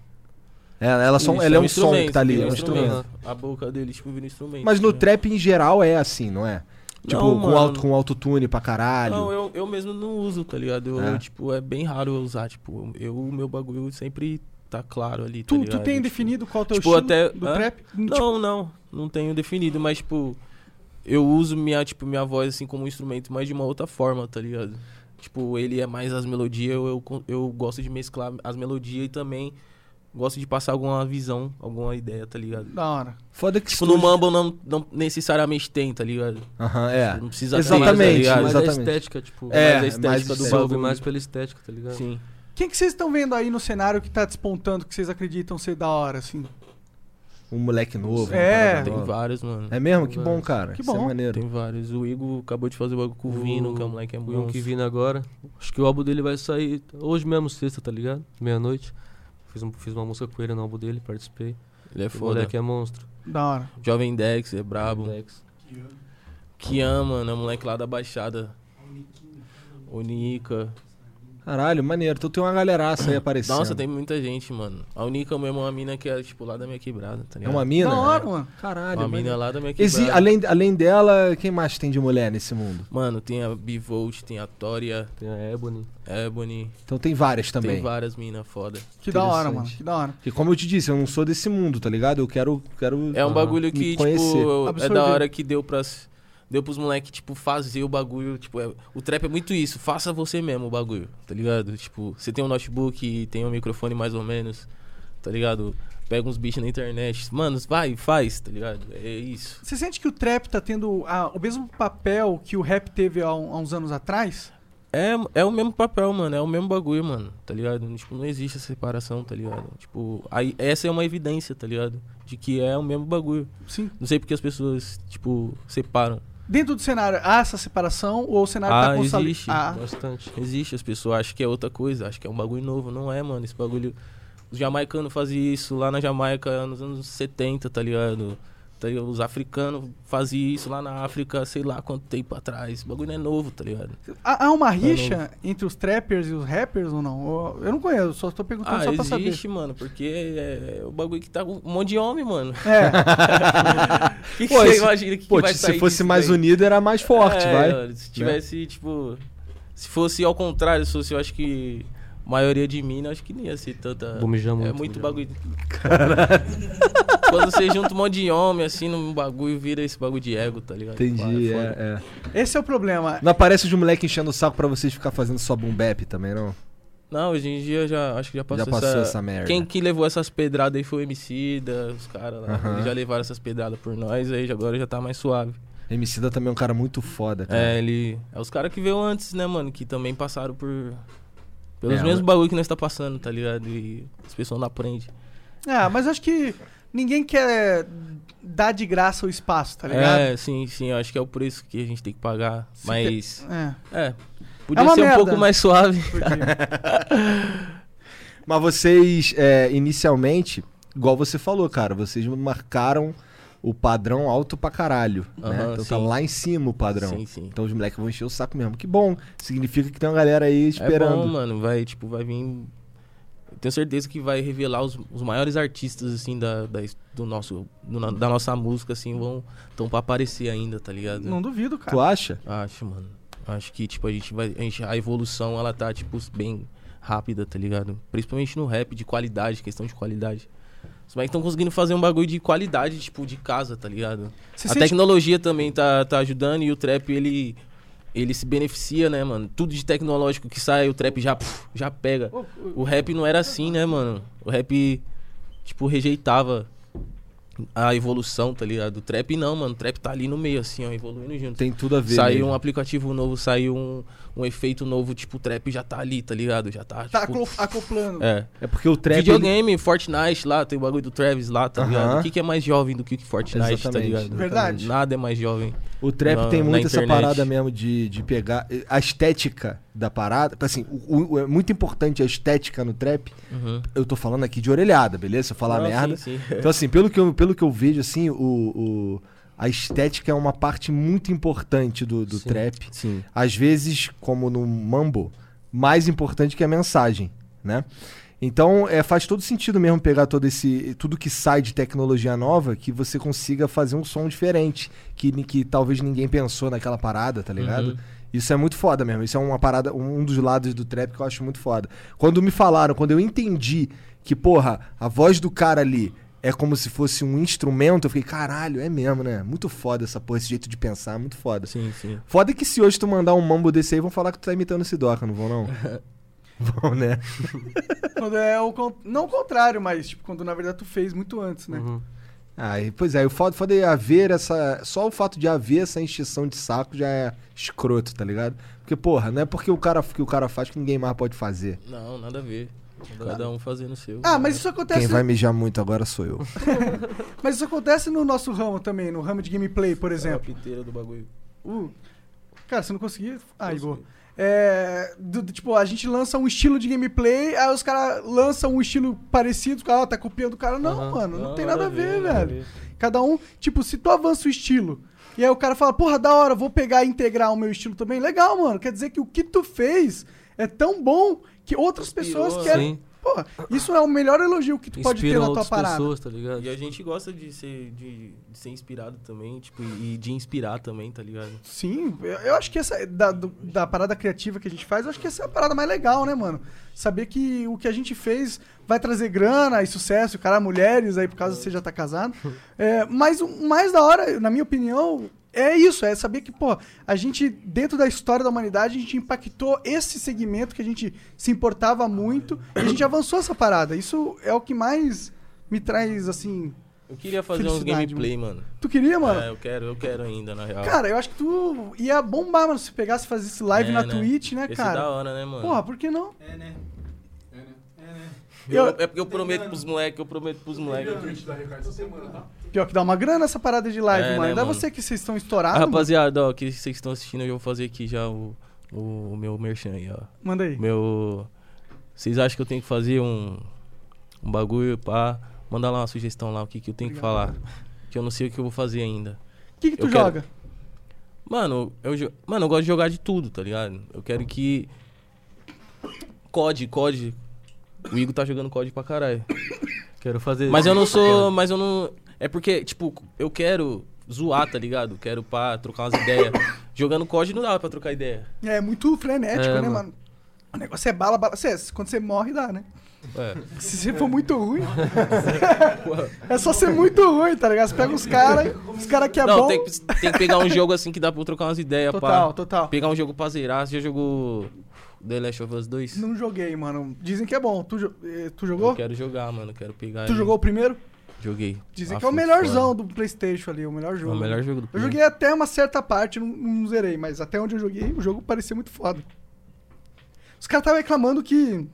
Ela, ela, só, Isso, ela é um som instrumento, que tá ali, vira é um instrumento. A boca dele, tipo, vira instrumento. Mas no né? trap em geral é assim, não é? Tipo, Não, com, mano. alto, com autotune pra caralho. Não, eu, eu mesmo não uso, tá ligado? Eu, É. tipo, é bem raro eu usar, tipo, eu, o meu bagulho sempre tá claro ali, tá Tu, tu ligado? tem Tipo, definido qual é o teu tipo, estilo até- do hã? trap? Tipo, Não, não, não tenho definido, mas, tipo, eu uso minha, tipo, minha voz, assim, como instrumento, mas de uma outra forma, tá ligado? Tipo, ele é mais as melodias, eu, eu, con- eu gosto de mesclar as melodias e também gosto de passar alguma visão, alguma ideia, tá ligado? Da hora. Foda que Tipo, no surge- Mumble não, não necessariamente tem, tá ligado? Aham, é. Não precisa Exatamente, ter, tá ligado? Mas a exatamente. estética, tipo, É, mais a mais estética do se ouve bagulho. mais pela estética, tá ligado? Sim. Quem que vocês estão vendo aí no cenário que tá despontando, que vocês acreditam ser da hora, assim? Um moleque novo. uma É. parada Tem nova. vários, mano. É mesmo? Que bom, cara. Que Isso bom. é maneiro. Tem vários. O Igor acabou de fazer o bagulho com o Vino, que é um moleque é O Ion bom. que vindo agora. Acho que o álbum dele vai sair hoje mesmo, sexta, tá ligado? Meia-noite. Fiz, um- fiz uma música com ele no álbum dele, participei. Ele é O foda. moleque é monstro. Da hora. Jovem Dex, é brabo. Dex. Kian, mano, é um moleque lá da Baixada. Onica. Caralho, maneiro. Então tem uma galeraça aí aparecendo. Nossa, tem muita gente, mano. A Unica mesmo é uma mina que é, tipo, lá da minha quebrada, tá É ligado? uma mina? da hora, mano. Caralho. Uma maneiro. mina lá da minha quebrada. Exi além, além dela, quem mais tem de mulher nesse mundo? Mano, tem a Bivolt, tem a Tória, Tem a Ebony. Ebony. Então tem várias também. Tem várias minas foda. Que da hora, Interessante. mano. Que da hora. Porque como eu te disse, eu não sou desse mundo, tá ligado? Eu quero... quero É um Ah, bagulho me que, conhecer. tipo, é Absorver. da hora que deu pras. Deu pros moleques, tipo, fazer o bagulho. Tipo, é- o trap é muito isso. Faça você mesmo o bagulho, tá ligado? Tipo, você tem um notebook, tem um microfone mais ou menos, tá ligado? Pega uns bichos na internet. Mano, vai, faz, tá ligado? É isso. Você sente que o trap tá tendo ah, o mesmo papel que o rap teve há, um- há uns anos atrás? É, é o mesmo papel, mano. É o mesmo bagulho, mano. Tá ligado? Tipo, não existe essa separação, tá ligado? Tipo, aí, essa é uma evidência, tá ligado? De que é o mesmo bagulho. Sim. Não sei porque as pessoas, tipo, separam. Dentro do cenário, há essa separação ou o cenário tá Ah, consolidado? existe. Ah, Bastante. Existe, as pessoas acham que é outra coisa, acham que é um bagulho novo. Não é, mano. Esse bagulho. Os jamaicanos faziam isso lá na Jamaica nos anos 70, tá ligado? Tá ligado? Os africanos faziam isso lá na África, sei lá quanto tempo atrás. Esse bagulho não é novo, tá ligado? há, há uma Tá rixa entre os trappers e os rappers ou não? Ou- Eu não conheço, só tô perguntando Ah, Então, só pra existe, mano, porque é, é o bagulho que tá com um monte de homem, mano. saber. É, que que Pô, você se- imagina que, Pô, que vai se sair fosse disso mais daí? unido, era mais forte, É, vai. né? mano, Se tivesse, tipo. Se fosse ao contrário, se fosse, eu acho que. a Maioria de mim, eu acho que não ia ser tanta. Bumijar É muito, muito bumijar bagulho. Quando você junta um monte de homem, assim, num bagulho, vira esse bagulho de ego, tá ligado? Entendi, Pá, é, foda. é. esse é o problema. Não aparece de um moleque enchendo o saco pra vocês ficar fazendo só boom bap também, não? Não, hoje em dia já acho que já passou, Já passou essa merda. Quem que levou essas pedradas aí foi o MC da, os caras lá. Aham. Eles já levaram essas pedradas por nós, aí já- agora já tá mais suave. MC da também é um cara muito foda, cara. É, ele. É os caras que veio antes, né, mano? Que também passaram por. Pelos É, mesmos mas- bagulho que nós tá passando, tá ligado? E as pessoas não aprendem. Ah, mas acho que ninguém quer dar de graça o espaço, tá ligado? É, sim, sim, eu acho que é o preço que a gente tem que pagar. Se mas. É, É. Podia uma ser merda. um pouco mais suave. porque... Mas vocês, é, inicialmente, igual você falou, cara, vocês marcaram o padrão alto pra caralho. né? Aham, Então tá sim. lá em cima o padrão. Sim, sim. Então os moleques vão encher o saco mesmo. Que bom. Significa que tem uma galera aí É bom, Tá esperando. mano. Vai, tipo, vai vir. Eu tenho certeza que vai revelar os, os maiores artistas, assim, da, da, do nosso, do na- da nossa música, assim, vão. Estão pra aparecer ainda, tá ligado? não duvido, cara. tu acha? Acho, mano. Acho que, tipo, a gente vai. A, gente- a evolução, ela tá, tipo, bem rápida, tá ligado? Principalmente no rap, de qualidade, questão de qualidade. Os moleques estão conseguindo fazer um bagulho de qualidade, tipo, de casa, tá ligado? Você a sente- tecnologia também tá, tá ajudando e o trap, ele. Ele se beneficia, né, mano? Tudo de tecnológico que sai, o trap já, puf, já pega. O rap não era assim, né, mano? O rap, tipo, rejeitava a evolução, tá ligado? Do trap não, mano. O trap tá ali no meio, assim, ó, evoluindo junto. Tem tudo a ver. Saiu mesmo. um aplicativo novo, saiu um, um efeito novo, tipo, o trap já tá ali, tá ligado? Já tá, Tá tipo, aclo- acoplando. É. É porque o trap. ele- Videogame, Fortnite lá, tem o bagulho do Travis lá, tá Aham. ligado? O que, que é mais jovem do que Fortnite, tá Exatamente, ligado? Verdade. Nada é mais jovem. O trap na- tem na muito essa internet. parada mesmo de, de pegar eh, a estética da parada. Assim, o- o- é muito importante a estética no trap. Eu tô falando aqui de orelhada, beleza? Se eu Uhum. falar Não, merda. sim, sim. Então, assim, pelo que eu, pelo que eu vejo, assim, o, o- a estética é uma parte muito importante do, do trap. Sim. Às vezes, como no mambo, mais importante que a mensagem, né? Então, é, faz todo sentido mesmo pegar todo esse tudo que sai de tecnologia nova, que você consiga fazer um som diferente, que, ni- que talvez ninguém pensou naquela parada, tá ligado? Isso é muito foda mesmo. Isso é uma parada, um dos lados do trap que eu acho muito foda. Quando me falaram, quando eu entendi que, porra, a voz do cara ali é como se fosse um instrumento, eu fiquei, caralho, é mesmo, né? Muito foda essa porra, esse jeito de pensar, muito foda. Sim, sim. Foda que se hoje tu mandar um mambo desse aí, vão falar que tu tá imitando o Sidoca, não vão não? vão, né? Quando é o. con- Não o contrário, mas tipo, quando na verdade tu fez muito antes, né? Uhum. Aí, pois é, o foda, foda é haver essa... Só o fato de haver essa extinção de saco já é escroto, tá ligado? Porque, porra, não é porque o cara, que o cara faz que ninguém mais pode fazer. Não, nada a ver. Cada um fazendo o seu. Ah, mas isso acontece. Quem vai mijar muito agora sou eu. Mas isso acontece no nosso ramo também, no ramo de gameplay, por Cara, exemplo. a piteira do bagulho. Uh, cara, você não conseguia? Ah, Igor. Consegui. É, do- do- tipo, a gente lança um estilo de gameplay, aí os caras lançam um estilo parecido, o cara "Ah, tá copiando o cara. Não, Aham. mano, não, tem nada a ver, nada a velho. Cada um, tipo, se tu avança o estilo, e aí o cara fala, porra, da hora, vou pegar e integrar o meu estilo também. Legal, mano. Quer dizer que o que tu fez é tão bom que outras Inspirou, pessoas né? querem. Sim, Porra, isso é o melhor elogio que tu pode ter inspiram na tua outras parada. pessoas, tá ligado? E a gente gosta de ser, de, de ser inspirado também, tipo, e de inspirar também, tá ligado? Sim, eu- eu acho que essa da, do- da parada criativa que a gente faz, eu acho que essa é a parada mais legal, né, mano? Saber que o que a gente fez vai trazer grana e sucesso, cara, mulheres aí por causa que você já tá casado. É, mas o mais da hora, na minha opinião, é isso, é saber que, pô, a gente dentro da história da humanidade, a gente impactou esse segmento que a gente se importava muito e a gente avançou essa parada. Isso é o que mais me traz assim, Eu queria fazer uns Felicidade, gameplay, mano. tu queria, mano? É, eu quero, eu quero ainda, na real. Cara, eu acho que tu ia bombar, mano, se pegasse e fazesse live É, na né? Twitch, né, Ia ser da cara? hora, né, mano? Porra, por que não? É, né? É, né? É, né? Eu- eu- é porque eu prometo pros moleques, eu prometo pros moleques. Twitch da Record essa semana, tá? Pior que dá uma grana essa parada de live, É, mano. né, Ainda mano? você que vocês estão Ah, estourados. mano. rapaziada, ó, que vocês estão assistindo, eu vou fazer aqui já o, o, o meu merchan aí, ó. Manda aí. Meu. Vocês acham que eu tenho que fazer um, um bagulho pra. Mandar lá uma sugestão lá, o que, que eu tenho que falar. Que eu não sei o que eu vou fazer ainda. O que, que tu eu quero- joga? Mano, eu, jo- mano, eu gosto de jogar de tudo, tá ligado? Eu quero que. COD, COD. O Igor tá jogando COD pra caralho. Quero fazer. Mas eu não sou. Mas eu não. É porque, tipo, eu quero zoar, tá ligado? Quero pra trocar umas ideias. Jogando COD não dá pra trocar ideia. É muito frenético, É, né, mano. mano? O negócio é bala, bala. Cê, quando você morre, dá, né? É. Se você for muito ruim. é só ser muito ruim, tá ligado? Você pega os caras, os caras que é não, bom. tem, que, tem que pegar um jogo assim que dá pra trocar umas ideias, pá. Total, total. Pegar um jogo pra zerar. Você já jogou The Last of Us 2? Não joguei, mano. Dizem que é bom. Tu, jo- eh, tu Eu jogou? quero jogar, mano. Quero pegar. Tu ele. jogou o primeiro? Joguei. Dizem Ah, que é o foi melhorzão foda. do PlayStation ali, o melhor É jogo. o melhor jogo do Eu Play. joguei até uma certa parte, não, não zerei, mas até onde eu joguei, o jogo parecia muito foda. Os caras estavam reclamando que.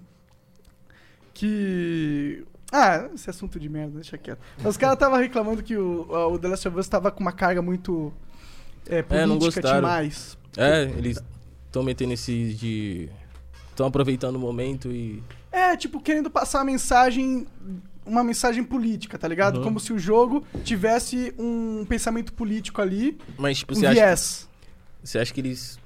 Que. Ah, esse assunto de merda, deixa quieto. Mas os caras estavam reclamando que o, a- o The Last of Us estava com uma carga muito. É, política não gostaram. demais. É, eles estão metendo esses de. Estão aproveitando o momento e. É, tipo, querendo passar a mensagem. Uma mensagem política, tá ligado? Uhum. Como se o jogo tivesse um pensamento político ali. Mas, tipo, Um você acha, viés. você acha que eles.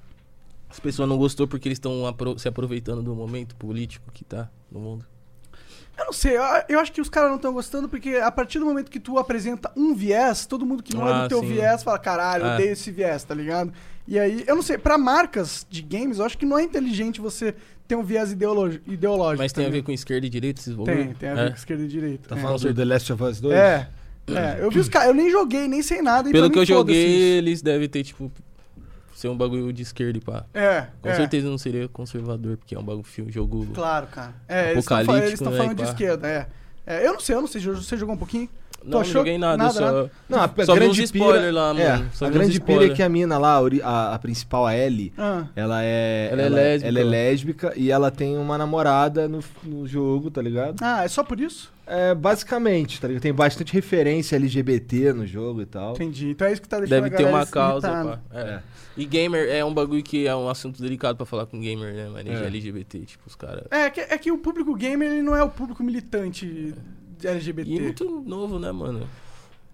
As pessoas não gostou porque eles estão apro- se aproveitando do momento político que tá no mundo? Eu não sei, eu, eu acho que os caras não estão gostando porque a partir do momento que tu apresenta um viés, todo mundo que não é do Ah, teu sim. viés fala, caralho, eu É. odeio esse viés, tá ligado? E aí, eu não sei, pra marcas de games, eu acho que não é inteligente você ter um viés ideolo- ideológico. Mas tá tem a ver ligado? com esquerda e direita, esses Tem, bagulho? tem a ver É. com esquerda e direita. Tá é. falando do The Last of Us 2? É, é, eu vi os caras, eu nem joguei, nem sei nada. e Pelo pra que mim, eu joguei, foda-se isso. eles devem ter, tipo. Ser um bagulho de esquerda e pá. É, Com é, certeza não seria conservador, porque é um bagulho, filme, jogo. Claro, cara. É, eles tão fa- eles Apocalíptico, estão né, falando de pá. esquerda, é. É, Eu não sei, eu não sei, você jogou um pouquinho? Não, achou? joguei nada, Nada, né? só. nada. Não, a Só vi uns spoiler lá, é, mano. Só a vi uns grande pira é spoiler. que a mina lá, a, ori- a- a principal, a Ellie, Ah. ela é. Ela é lésbica. Ela é lésbica e ela tem uma namorada no, no jogo, tá ligado? Ah, é só por isso? É, basicamente, tá ligado? Tem bastante referência LGBT no jogo e tal. Entendi. Então é isso que tá deixando Deve a ter galera né? uma causa, irritada. pá. É. E gamer é um bagulho que é um assunto delicado pra falar com gamer, né, mano? É. LGBT, tipo, os caras. É que, é que o público gamer ele não é o público militante de LGBT. E é muito novo, né, mano?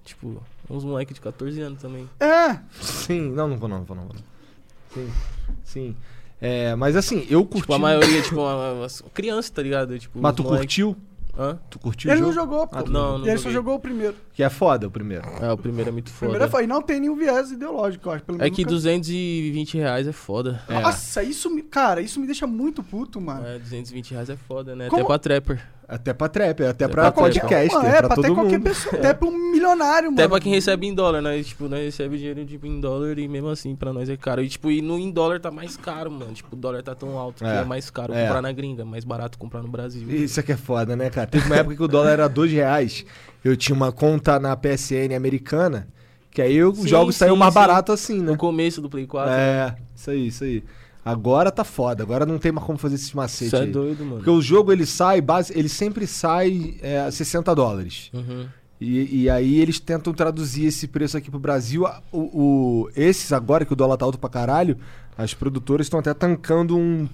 Tipo, uns moleques de 14 anos também. É, Sim, não, não vou não, não vou não. vou não. Sim, sim. É, mas assim, eu curti. Tipo, a maioria, tipo, uma, uma- uma criança, tá ligado? Tipo, Mas os tu moleque- curtiu? Hã? Tu curtiu o ele jogo? não jogou, pô. Ah, tu não, não ele só joguei. jogou o primeiro. Que é foda o primeiro. Ah, o primeiro é muito O foda. primeiro é foda. E não tem nenhum viés ideológico, eu acho. Pelo É menos que nunca- 220 reais é foda. É. Nossa, isso me. Cara, isso me deixa muito puto, mano. É, 220 reais é foda, né? Como- Até pra trapper. Até pra trap, até pra pra trap, podcast, Mano, é, pra, até todo qualquer mundo. pessoa. Até pra um milionário, mano. Até pra quem recebe em dólar, né? Tipo, nós recebe dinheiro tipo, em dólar e mesmo assim pra nós é caro. E tipo, e no em dólar tá mais caro, mano. Tipo, o dólar tá tão alto que É. é mais caro É. comprar na gringa, mais barato comprar no Brasil. Isso é que é foda, né, cara? Teve uma época que o dólar era dois reais. Eu tinha uma conta na PSN americana, que aí o Sim, jogo saiu sim, mais sim. barato assim, né? No começo do Play né? 4. É, isso aí, isso aí. Agora tá foda, agora não tem mais como fazer esses macetes Isso é aí. doido, mano. Porque o jogo ele sai, base, ele sempre sai é, a 60 dólares. Uhum. E, e aí eles tentam traduzir esse preço aqui pro Brasil. A- O, o- esses agora, que o dólar tá alto pra caralho, as produtoras estão até tancando um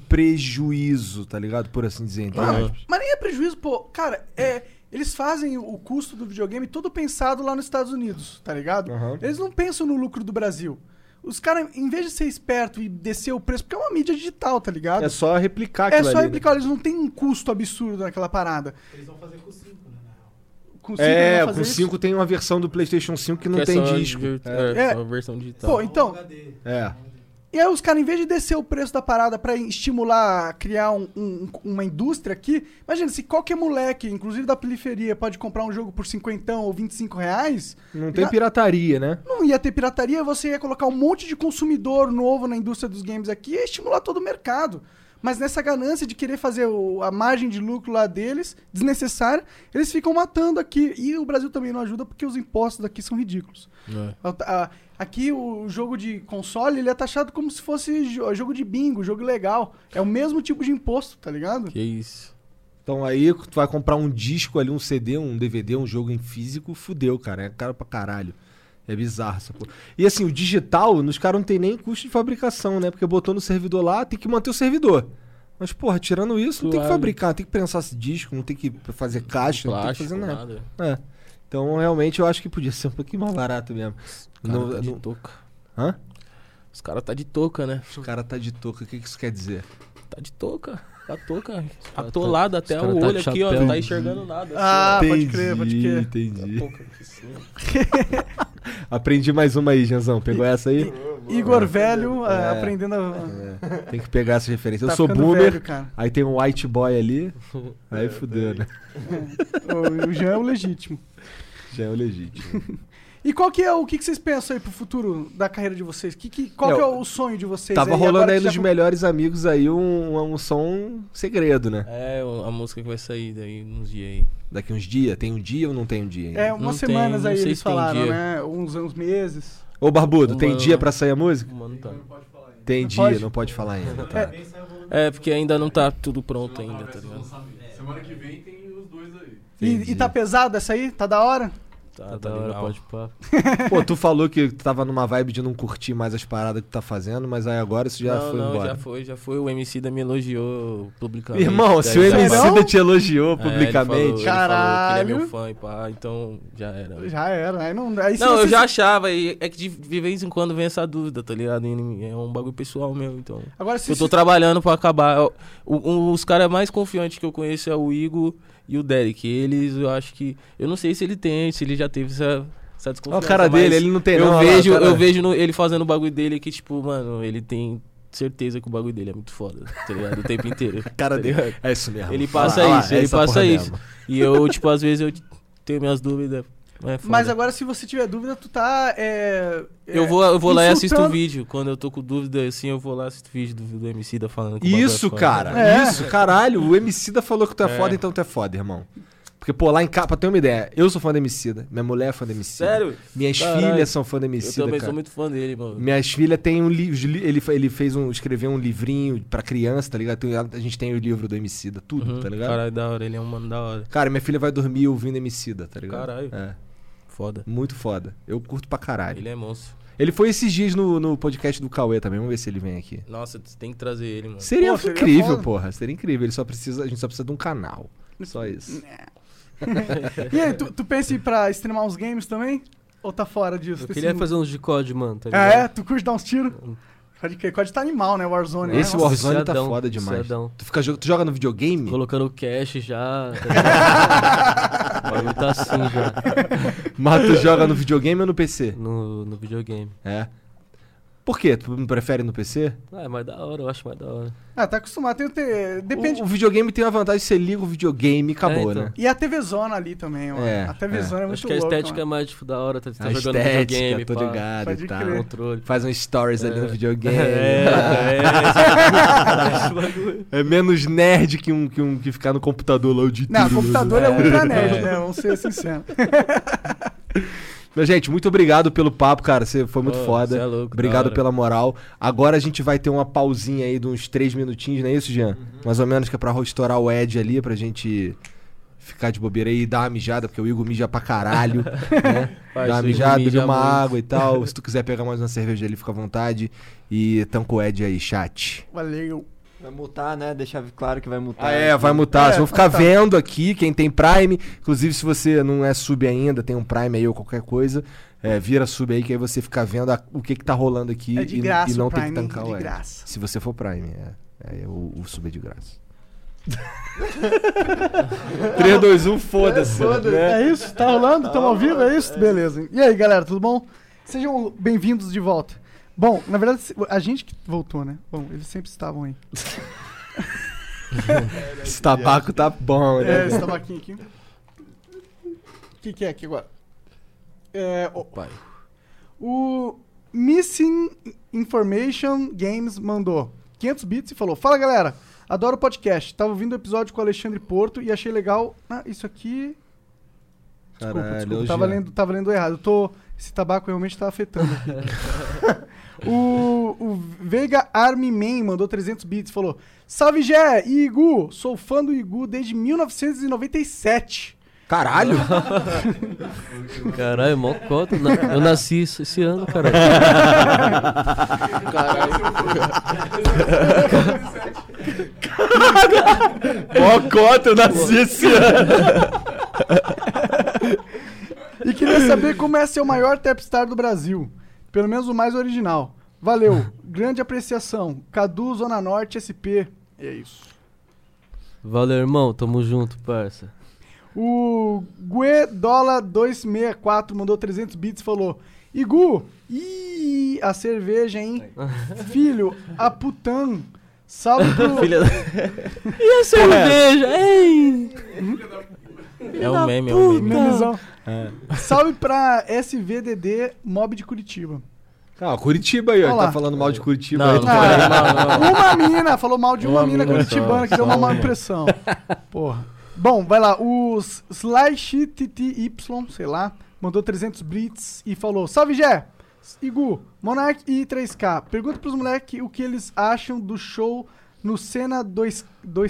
prejuízo, tá ligado? Por assim dizer. entre Mano, aspas. Mas nem é prejuízo, pô. Cara, é. Eles fazem o custo do videogame todo pensado lá nos Estados Unidos, tá ligado? Aham. Eles não pensam no lucro do Brasil. Os caras, em vez de ser esperto e descer o preço, porque é uma mídia digital, tá ligado? É só replicar É aquilo só ali, né? implicar, eles não têm um custo absurdo naquela parada. Eles vão fazer com 5, né? na real. Com cinco eles Né? vão É, fazer com isso. 5 tem uma versão do PlayStation 5 que não Que tem é só disco. vir- É. É, É. só a versão digital. Pô, então. Ou HD. É. E aí os caras, em vez de descer o preço da parada pra estimular, criar um- um- uma indústria aqui, imagina, se qualquer moleque, inclusive da periferia, pode comprar um jogo por 50 ou 25 reais, Não tem Já- pirataria, né? não ia ter pirataria, você ia colocar um monte de consumidor novo na indústria dos games aqui e ia estimular todo o mercado. Mas nessa ganância de querer fazer o- a margem de lucro lá deles, desnecessária, eles ficam matando aqui. E o Brasil também não ajuda porque os impostos aqui são ridículos. É. tá, A- a- Aqui o jogo de console ele é taxado como se fosse jo- jogo de bingo, jogo legal. É o mesmo tipo de imposto, tá ligado? Que isso. Então aí tu vai comprar um disco ali, um CD, um DVD, um jogo em físico, fudeu, cara. É caro pra caralho. É bizarro essa porra. E assim, o digital, nos caras não tem nem custo de fabricação, né? Porque botou no servidor lá, tem que manter o servidor. Mas, porra, tirando isso, não tem que Suave. fabricar, não tem que prensar esse disco, não tem que fazer caixa, não tem que Plástico, fazer nada. nada. É. Então, realmente, eu acho que podia ser um pouquinho mais barato mesmo. Cara, Não- tá de não- touca. Hã? Os caras tá de touca, né? O cara tá de touca, o que, que isso quer dizer? Tá de touca. Tá touca. Atolado até cara o tá olho de aqui, ó. Não chapéu. tá enxergando nada. Ah, pode crer, pode Entendi, crer. Tá Entendi. Touca aqui, assim, sim. Aprendi mais uma aí, Janzão. Pegou essa aí? Igor velho É. ah, aprendendo a. É, tem que pegar essa referência. tá eu sou ficando boomer, velho, cara. aí tem um white boy ali. É, Aí fudeu, né? O, o Jean é o legítimo. Já é o legítimo. E qual que é o que, que vocês pensam aí pro futuro da carreira de vocês? Que, que- qual É, que é o- o sonho de vocês? é, Tava aí, rolando agora aí que já nos com- melhores amigos aí um, um som segredo, né? É, o- a música que vai sair daí uns dias aí. Daqui uns dias. Tem um dia ou não tem um dia ainda? É, umas Não tem, semanas não aí sei eles se tem falaram, dia. né? Uns, uns meses. Ô, Barbudo, Ô, tem um mano. dia pra sair a música? Mano, tá. Não pode falar ainda. Tem Não dia, pode. não pode falar ainda, tá? Também saiu o volume É, porque ainda não tá tudo pronto dois lá, ainda, vai tá ser ligado? lançamento. Semana que vem tem os dois aí. E, Entendi. e tá pesado essa aí? Tá da hora? Tá, Tá tá da hora, legal. pode pá. Pô, tu falou que tu tava numa vibe de não curtir mais as paradas que tu tá fazendo, mas aí agora isso já não, foi não, embora. já foi, já foi. O MC da me elogiou publicamente. Irmão, se o Daí já- tá MC Emicida Sério? te elogiou É, ele falou- ele publicamente... falou que ele Caralho. é meu fã e pá, então já era. Já era. né? Aí não, aí se Não, eu vocês- já achava, e é que de de vez em quando vem essa dúvida, tá ligado? Em mim, É um bagulho pessoal meu, então. Agora se Eu tô trabalhando pra acabar. Eu- o- um- os caras mais confiantes que eu conheço é o Igor e o Derek. Eles, eu acho que. Eu não sei se ele tem, se ele já teve essa, essa Olha o desconfiança. cara dele, mas ele não tem eu não, olha lá, vejo, cara. eu vejo no- ele fazendo o bagulho dele que, tipo, mano, ele tem certeza que o bagulho dele é muito foda, tá ligado? O tempo inteiro. cara tá dele. ligado? É isso mesmo. Ele passa Olha lá, isso, olha lá, ele essa passa porra é isso. mesmo. E eu, tipo, às vezes eu tenho minhas dúvidas. É foda. Mas agora, se você tiver dúvida, tu tá. é, é, Eu vou, eu vou lá e assisto o insultando- vídeo. Quando eu tô com dúvida, assim, eu vou lá e assisto o vídeo do, do MC da falando que o bagulho é Isso, foda. cara. É. Isso, caralho. O MC da falou que tu é, É. foda, então tu é foda, irmão. Porque, pô, lá em casa, pra ter uma ideia, eu sou fã da Emicida, minha mulher é fã da Emicida. Sério? Minhas Caralho. filhas são fã da Eu Emicida, também cara. sou muito fã dele, mano. Minhas filhas têm um livro. Ele, fe- ele fez um. escreveu um livrinho pra criança, tá ligado? Tem- A gente tem o livro do Emicida, tudo, Uhum. tá ligado? Caralho, da hora, ele é um mano da hora. Cara, minha filha vai dormir ouvindo Emicida, tá ligado? Caralho. É. Foda. Muito foda. Eu curto pra caralho. Ele, Ele é monstro. foi esses dias no, no podcast do Cauê também. Vamos ver se ele vem aqui. Nossa, tu tem que trazer ele, mano. Seria Pô, seria incrível, foda. porra. Seria incrível. Ele só precisa, a gente só precisa de um canal. Só isso. é, E aí, tu, tu pensa em ir pra streamar uns games também? Ou tá fora disso? Eu Tem queria esse- fazer uns de COD, mano, tá Ah, ligado? é? Tu curte dar uns tiros? Pode crer, pode tá animal, né? Warzone. Esse né? Nossa. Warzone tá viciadão, foda demais. viciadão. Tu, fica, jo- tu joga no videogame? Colocando cash já. tá ligado? O bagulho tá assim já. Mas tu joga no videogame ou no PC? No, no videogame. É. Por quê? Tu me prefere no PC? Ah, é mais da hora, eu acho mais da hora. Ah, tá acostumado. Tem, tem, depende. O, o videogame tem a vantagem de você liga o videogame e acabou, É, então. né? E a TV Zona ali também, mano. É, a TV Zona é, muito acho que a louca, estética é mano. mais tipo, da hora, tá, tá a jogando estética, videogame, tô pá, ligado Pode e tal. crer. controle. Faz um stories ali no videogame. É, É menos nerd que um que, um, que ficar no computador lá o de Não, o tudo. computador é ultra nerd, né? Vamos ser sinceros. Mas, gente, muito obrigado pelo papo, cara. Você foi muito Pô, foda. cê é louco, da obrigado hora. pela moral. Agora a gente vai ter uma pausinha aí de uns três minutinhos, não é isso, Jean? Mais ou menos que é pra restaurar o Ed ali, pra gente ficar de bobeira aí e dar uma mijada, porque o Igor mija pra caralho. né? Faz, Dá uma Igor mijada, mija beber uma muito. água e tal. Se tu quiser pegar mais uma cerveja ali, fica à vontade. E tamo com o Ed aí, chat. Valeu. Vai multar, né? Deixar claro que vai multar. Ah, é, vai mutar. É, Vocês vão ficar tá. vendo aqui, quem tem Prime. Inclusive, se você não é sub ainda, tem um Prime aí ou qualquer coisa, é, vira sub aí, que aí você fica vendo a- o que, que tá rolando aqui É de e- graça e, não o tem Prime, é que tancar de o Ed. graça. Se você for Prime, é. É, o, o sub é de graça. 3, 2, 1, foda-se. É isso? Tá rolando? Estamos ao vivo? É isso? Beleza. E aí, galera, tudo bom? Sejam bem-vindos de volta. Bom, na verdade, se- a gente que voltou, né? Bom, eles sempre estavam aí. Esse tabaco tá bom, É, né? esse tabaquinho aqui. O que, que é aqui agora? É, o, Pai. o Missing Information Games mandou 500 bits e falou: Fala galera, adoro o podcast. Tava ouvindo o episódio com o Alexandre Porto e achei legal. Ah, isso aqui. Desculpa, desculpa. hoje Tava é. lendo, tava lendo errado. Eu tô, esse tabaco realmente tá afetando aqui. o, o Veiga Army Man mandou 300 bits e falou: Salve Gé, e Igu, sou fã do Igu desde 1997. Caralho! Caralho, mó cota. Na- Eu nasci esse esse ano, caralho. Mó cota, eu nasci esse ano. E queria saber como é ser o maior Tapstar do Brasil. Pelo menos o mais original. Valeu, grande apreciação. Cadu, Zona Norte, SP. É isso. Valeu, irmão. Tamo junto, parça. O Guedola264 mandou 300 bits e falou: Igu, ih, a cerveja, hein? Filho, a putan. Salve pro. Filha da... E a cerveja, hein? É um meme, é um meme. Memezão. Salve pra SVDD Mob de Curitiba. Ah, Curitiba aí, ó. Olha Ele Tá lá. falando mal de Curitiba tá Não, aí. não falei mal, não. Uma mina, falou mal de uma, Uma mina mina só, curitibana que deu só uma má uma. impressão. Porra. Bom, vai lá. O SlyTTY, sei lá, mandou 300 blitz e falou: Salve, Gé! Igu, Monark e 3K. Pergunta pros moleques o que eles acham do show no Cena 2,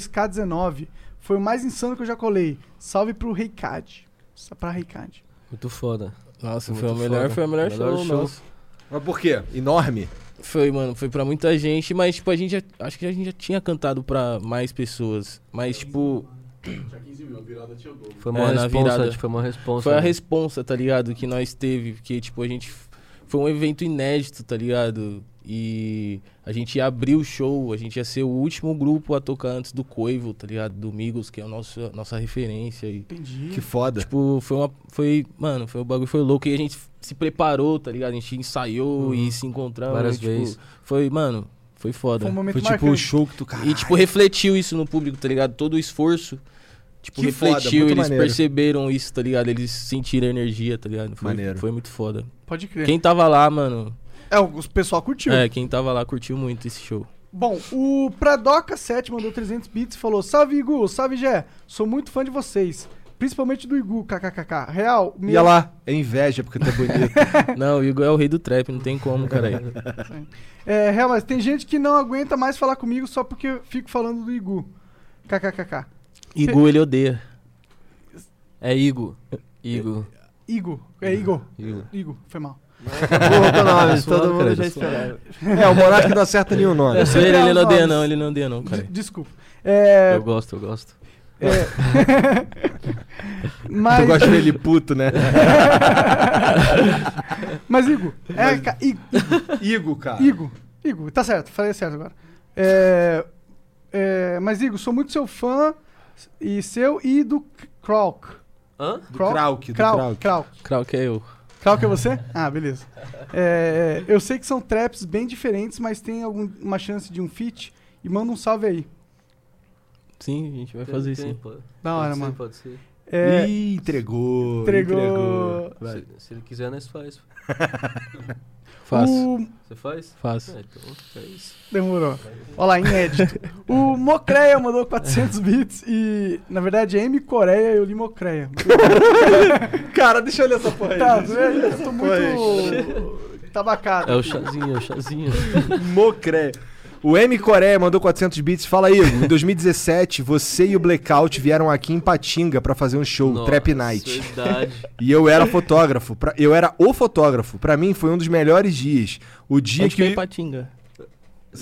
2K19. Foi o mais insano que eu já colei. Salve pro Reikad. Sa- Pra Reikad. Muito foda. Nossa, Muito foi o melhor, foda. foi o melhor, Melhor show, show. nossa. Mas por quê? Enorme? Foi, mano, foi pra muita gente, mas, tipo, a gente já, acho que a gente já tinha cantado pra mais pessoas. Mas, tipo, Tinha 15 mil, a virada tinha dobro. Foi É, uma na responsa, virada. tipo, foi uma responsa. foi a né? responsa, tá ligado? Que nós teve, porque, tipo, a gente. Foi um evento inédito, tá ligado? E a gente ia abrir o show, a gente ia ser o último grupo a tocar antes do Coivo, tá ligado? Do Migos, que é a nossa, nossa referência. E, Que foda. tipo, foi uma. Foi. Mano, foi o bagulho foi louco. E a gente se preparou, tá ligado? A gente ensaiou e se encontramos. Uhum. Várias e, tipo, vezes. Foi, mano, foi foda. Foi um momento Foi tipo o marcante. show que tu cara. E, tipo, refletiu isso no público, tá ligado? Todo o esforço. Tipo, Que foda, refletiu, muito eles maneiro. perceberam isso, tá ligado? Eles sentiram a energia, tá ligado? Foi, Maneiro. foi muito foda. Pode crer. Quem tava lá, mano. É, o pessoal curtiu. É, quem tava lá curtiu muito esse show. Bom, o Pradoca 7 mandou 300 bits e falou: Salve, Igu, salve, Gé. Sou muito fã de vocês. Principalmente do Igu, kkkk. Real, E olha lá, é inveja porque tá bonito. Não, o Igor é o rei do trap, não tem como, cara. aí. É, real, mas tem gente que não aguenta mais falar comigo só porque eu fico falando do Igu. KKKK. Igor, ele odeia. É Igor. Igor. Igo. É Igor. Igor. Igo, foi mal. Burro com nomes, Suave, todo mundo credo, já esperava. é, o Monark não acerta nenhum nome. É, Ele, ele não odeia, Nomes. não, ele não odeia, não, cara. De- Desculpa. É, Eu gosto, eu gosto. é... Tu mas, gosta dele puto, né? mas Igo, é, ca- I- Igo, cara. Igo, Igo, tá certo, falei certo agora. É, é, mas Igo, sou muito seu fã e seu e do K- Krauk. Hã? Do Krauk, Krauk, do Krauk. Krauk. Crau que é eu. Krauk é você? Ah, beleza. É, eu sei que são traps bem diferentes, mas tem alguma chance de um feat? E manda um salve aí. Sim, a gente vai fazer sim. Da hora, mano. Pode ser. É, Ih, entregou. Entregou. Vai. Se, se ele quiser, nós faz. Uh. Faço, o- Você faz? faço. É, então, é isso. Demorou. Olha lá, inédito. O Mocreia mandou 400 bits e, na verdade, é M Coreia, eu li Mocreia. Cara, deixa eu olhar essa porra aí. Tá, velho, eu tô muito tabacado. É o chazinho, é o chazinho. Mocré. O M Coreia mandou 400 bits. Fala aí, em 2017, você e o Blackout vieram aqui em Patinga pra fazer um show, Nossa, Trap Night. Verdade. E eu era fotógrafo. pra- Eu era o fotógrafo. Pra mim foi um dos melhores dias. O dia Onde que é que. Patinga?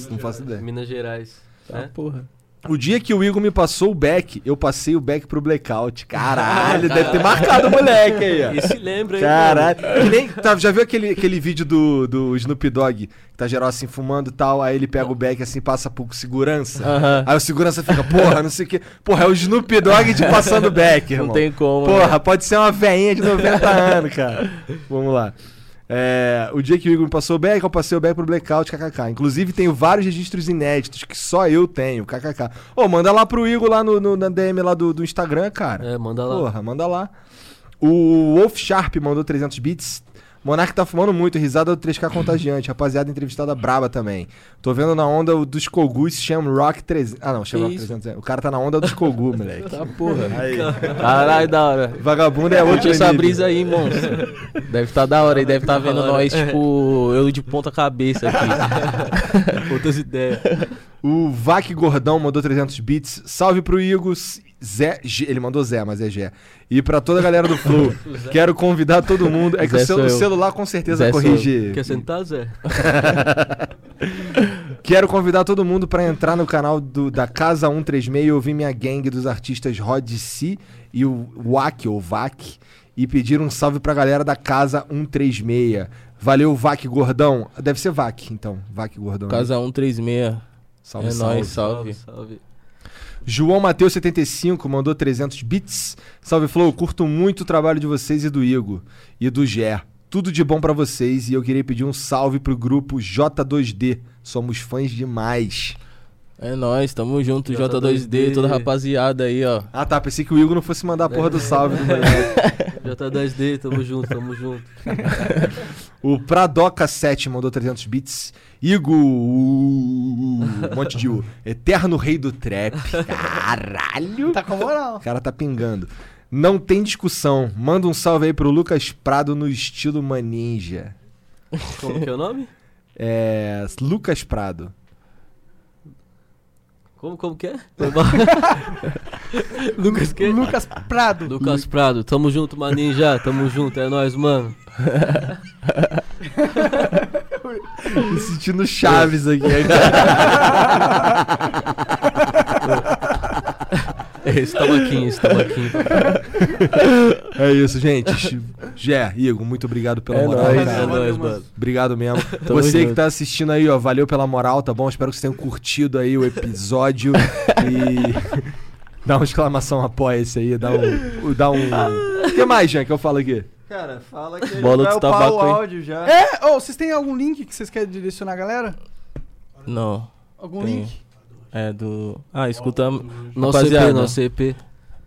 Não faço ideia. Minas Gerais. É? Tá. Ah, né? porra. O dia que o Igor me passou o back, eu passei o back pro blackout. Caralho, deve ter marcado o moleque aí, ó. E se lembra aí. É. Caralho. Que nem- tá, já viu aquele, aquele vídeo do, do Snoop Dogg? Que tá geral assim fumando e tal, aí ele pega o back assim, passa pro segurança. Aham. Aí o segurança fica, porra, não sei o que. Porra, é o Snoop Dogg te passando back, irmão. Não tem como. né? Porra, pode ser uma veinha de 90 anos, cara. Vamos lá. É, o dia que o Igor me passou o back, eu passei o back pro blackout, kkk. Inclusive, tenho vários registros inéditos que só eu tenho, kkk. Ô, manda lá pro Igor lá no, no- na DM lá do, do Instagram, cara. É, manda lá. Porra, manda lá. O Wolf Sharp mandou 300 bits. Monark tá fumando muito, risada do 3K contagiante. Rapaziada, entrevistada braba também. Tô vendo na onda o dos Kogus Shamrock 300. Ah, não, Shamrock Que isso? 300. é. O cara tá na onda dos Kogu, moleque. Tá porra. Aí. né? Caralho, da hora. Vagabundo é Curte outro essa nível. brisa aí, monstro. Deve tá da hora aí, deve tá vendo Da hora. nós, tipo, eu de ponta cabeça aqui. Outras ideias. O Vac Gordão mandou 300 bits. Salve pro Igor. Zé, G- ele mandou Zé, mas é Gé. E pra toda a galera do Flow, quero convidar todo mundo. É que o, Zé cel- sou o eu. celular com certeza Zé sou corrige. Quer sentar, Zé? Quero convidar todo mundo pra entrar no canal do- da Casa 136 e ouvir minha gangue dos artistas Rod C e o Wack, ou Vac, e pedir um salve pra galera da Casa 136. Valeu, Vac Gordão. Deve ser Vac, então. Vac Gordão. né? Casa 136. Salve, é salve. nóis, salve. Salve. João Mateus 75 mandou 300 bits. Salve Flow, curto muito o trabalho de vocês e do Igor e do Gé. Tudo de bom pra vocês e eu queria pedir um salve pro grupo J2D. Somos fãs demais. É nóis, tamo junto, J2D, J2D, toda a rapaziada aí, ó. Ah tá, pensei que o Igor não fosse mandar a porra do salve. do moleque. J10D, tamo junto, tamo junto. o Pradoca 7 mandou 300 bits. Igor, uh, um monte de U. Eterno rei do trap. Caralho. Tá com moral. O cara tá pingando. Não tem discussão. Manda um salve aí pro Lucas Prado no estilo Maninja. Como que é o nome? É. Lucas Prado. Como, como que é? Lucas que? Lucas Prado. Lucas Prado, tamo junto, Maninja, tamo junto, é nóis, mano. Me sentindo Chaves aqui. Esse tabaquinho, esse tabaquinho. é isso, gente. Gé, Igor, muito obrigado pela É moral. nóis, cara. é nóis, Valeu, mano. Obrigado mesmo. Tamo Você que junto. tá assistindo aí, ó, valeu pela moral, tá bom? Espero que vocês tenham curtido aí o episódio. e. Dá uma exclamação apoia-se aí, dá um. Dá um. O que mais, Jean, que eu falo aqui? Cara, fala que ele Bola vai de upar o tabaco, hein? áudio já. É, ô, vocês têm algum link que vocês querem direcionar a galera? Não, Algum Tenho. link? é do... Ah, escuta... Nosso Rapaziada. EP, nosso EP.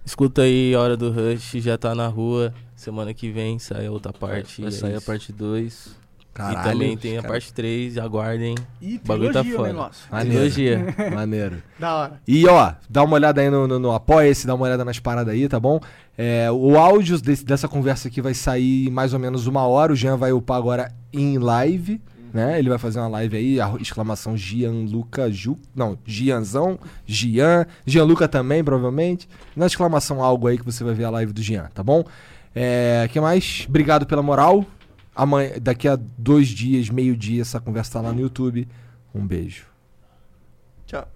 Escuta aí, Hora do Rush, já tá na rua. Semana que vem sai a outra parte. Vai e é sair a isso. parte 2. Caralho, e também tem a cara. parte 3, aguardem. E O bagulho tá trilogia o foda. negócio. Trilogia. Maneiro. Da hora. E ó, dá uma olhada aí no, no, no Apoia-se, dá uma olhada nas paradas aí, tá bom? É, o áudio desse- dessa conversa aqui vai sair em mais ou menos uma hora. O Jean vai upar agora em live, né? Ele vai fazer uma live aí, arro- exclamação Gianluca Ju. Não, Gianzão, Gian. Gianluca também, provavelmente. Na exclamação algo aí que você vai ver a live do Gian, tá bom? É, que mais? Obrigado pela moral. Amanhã, daqui a dois dias, meio-dia, essa conversa tá lá no YouTube. Um beijo. Tchau.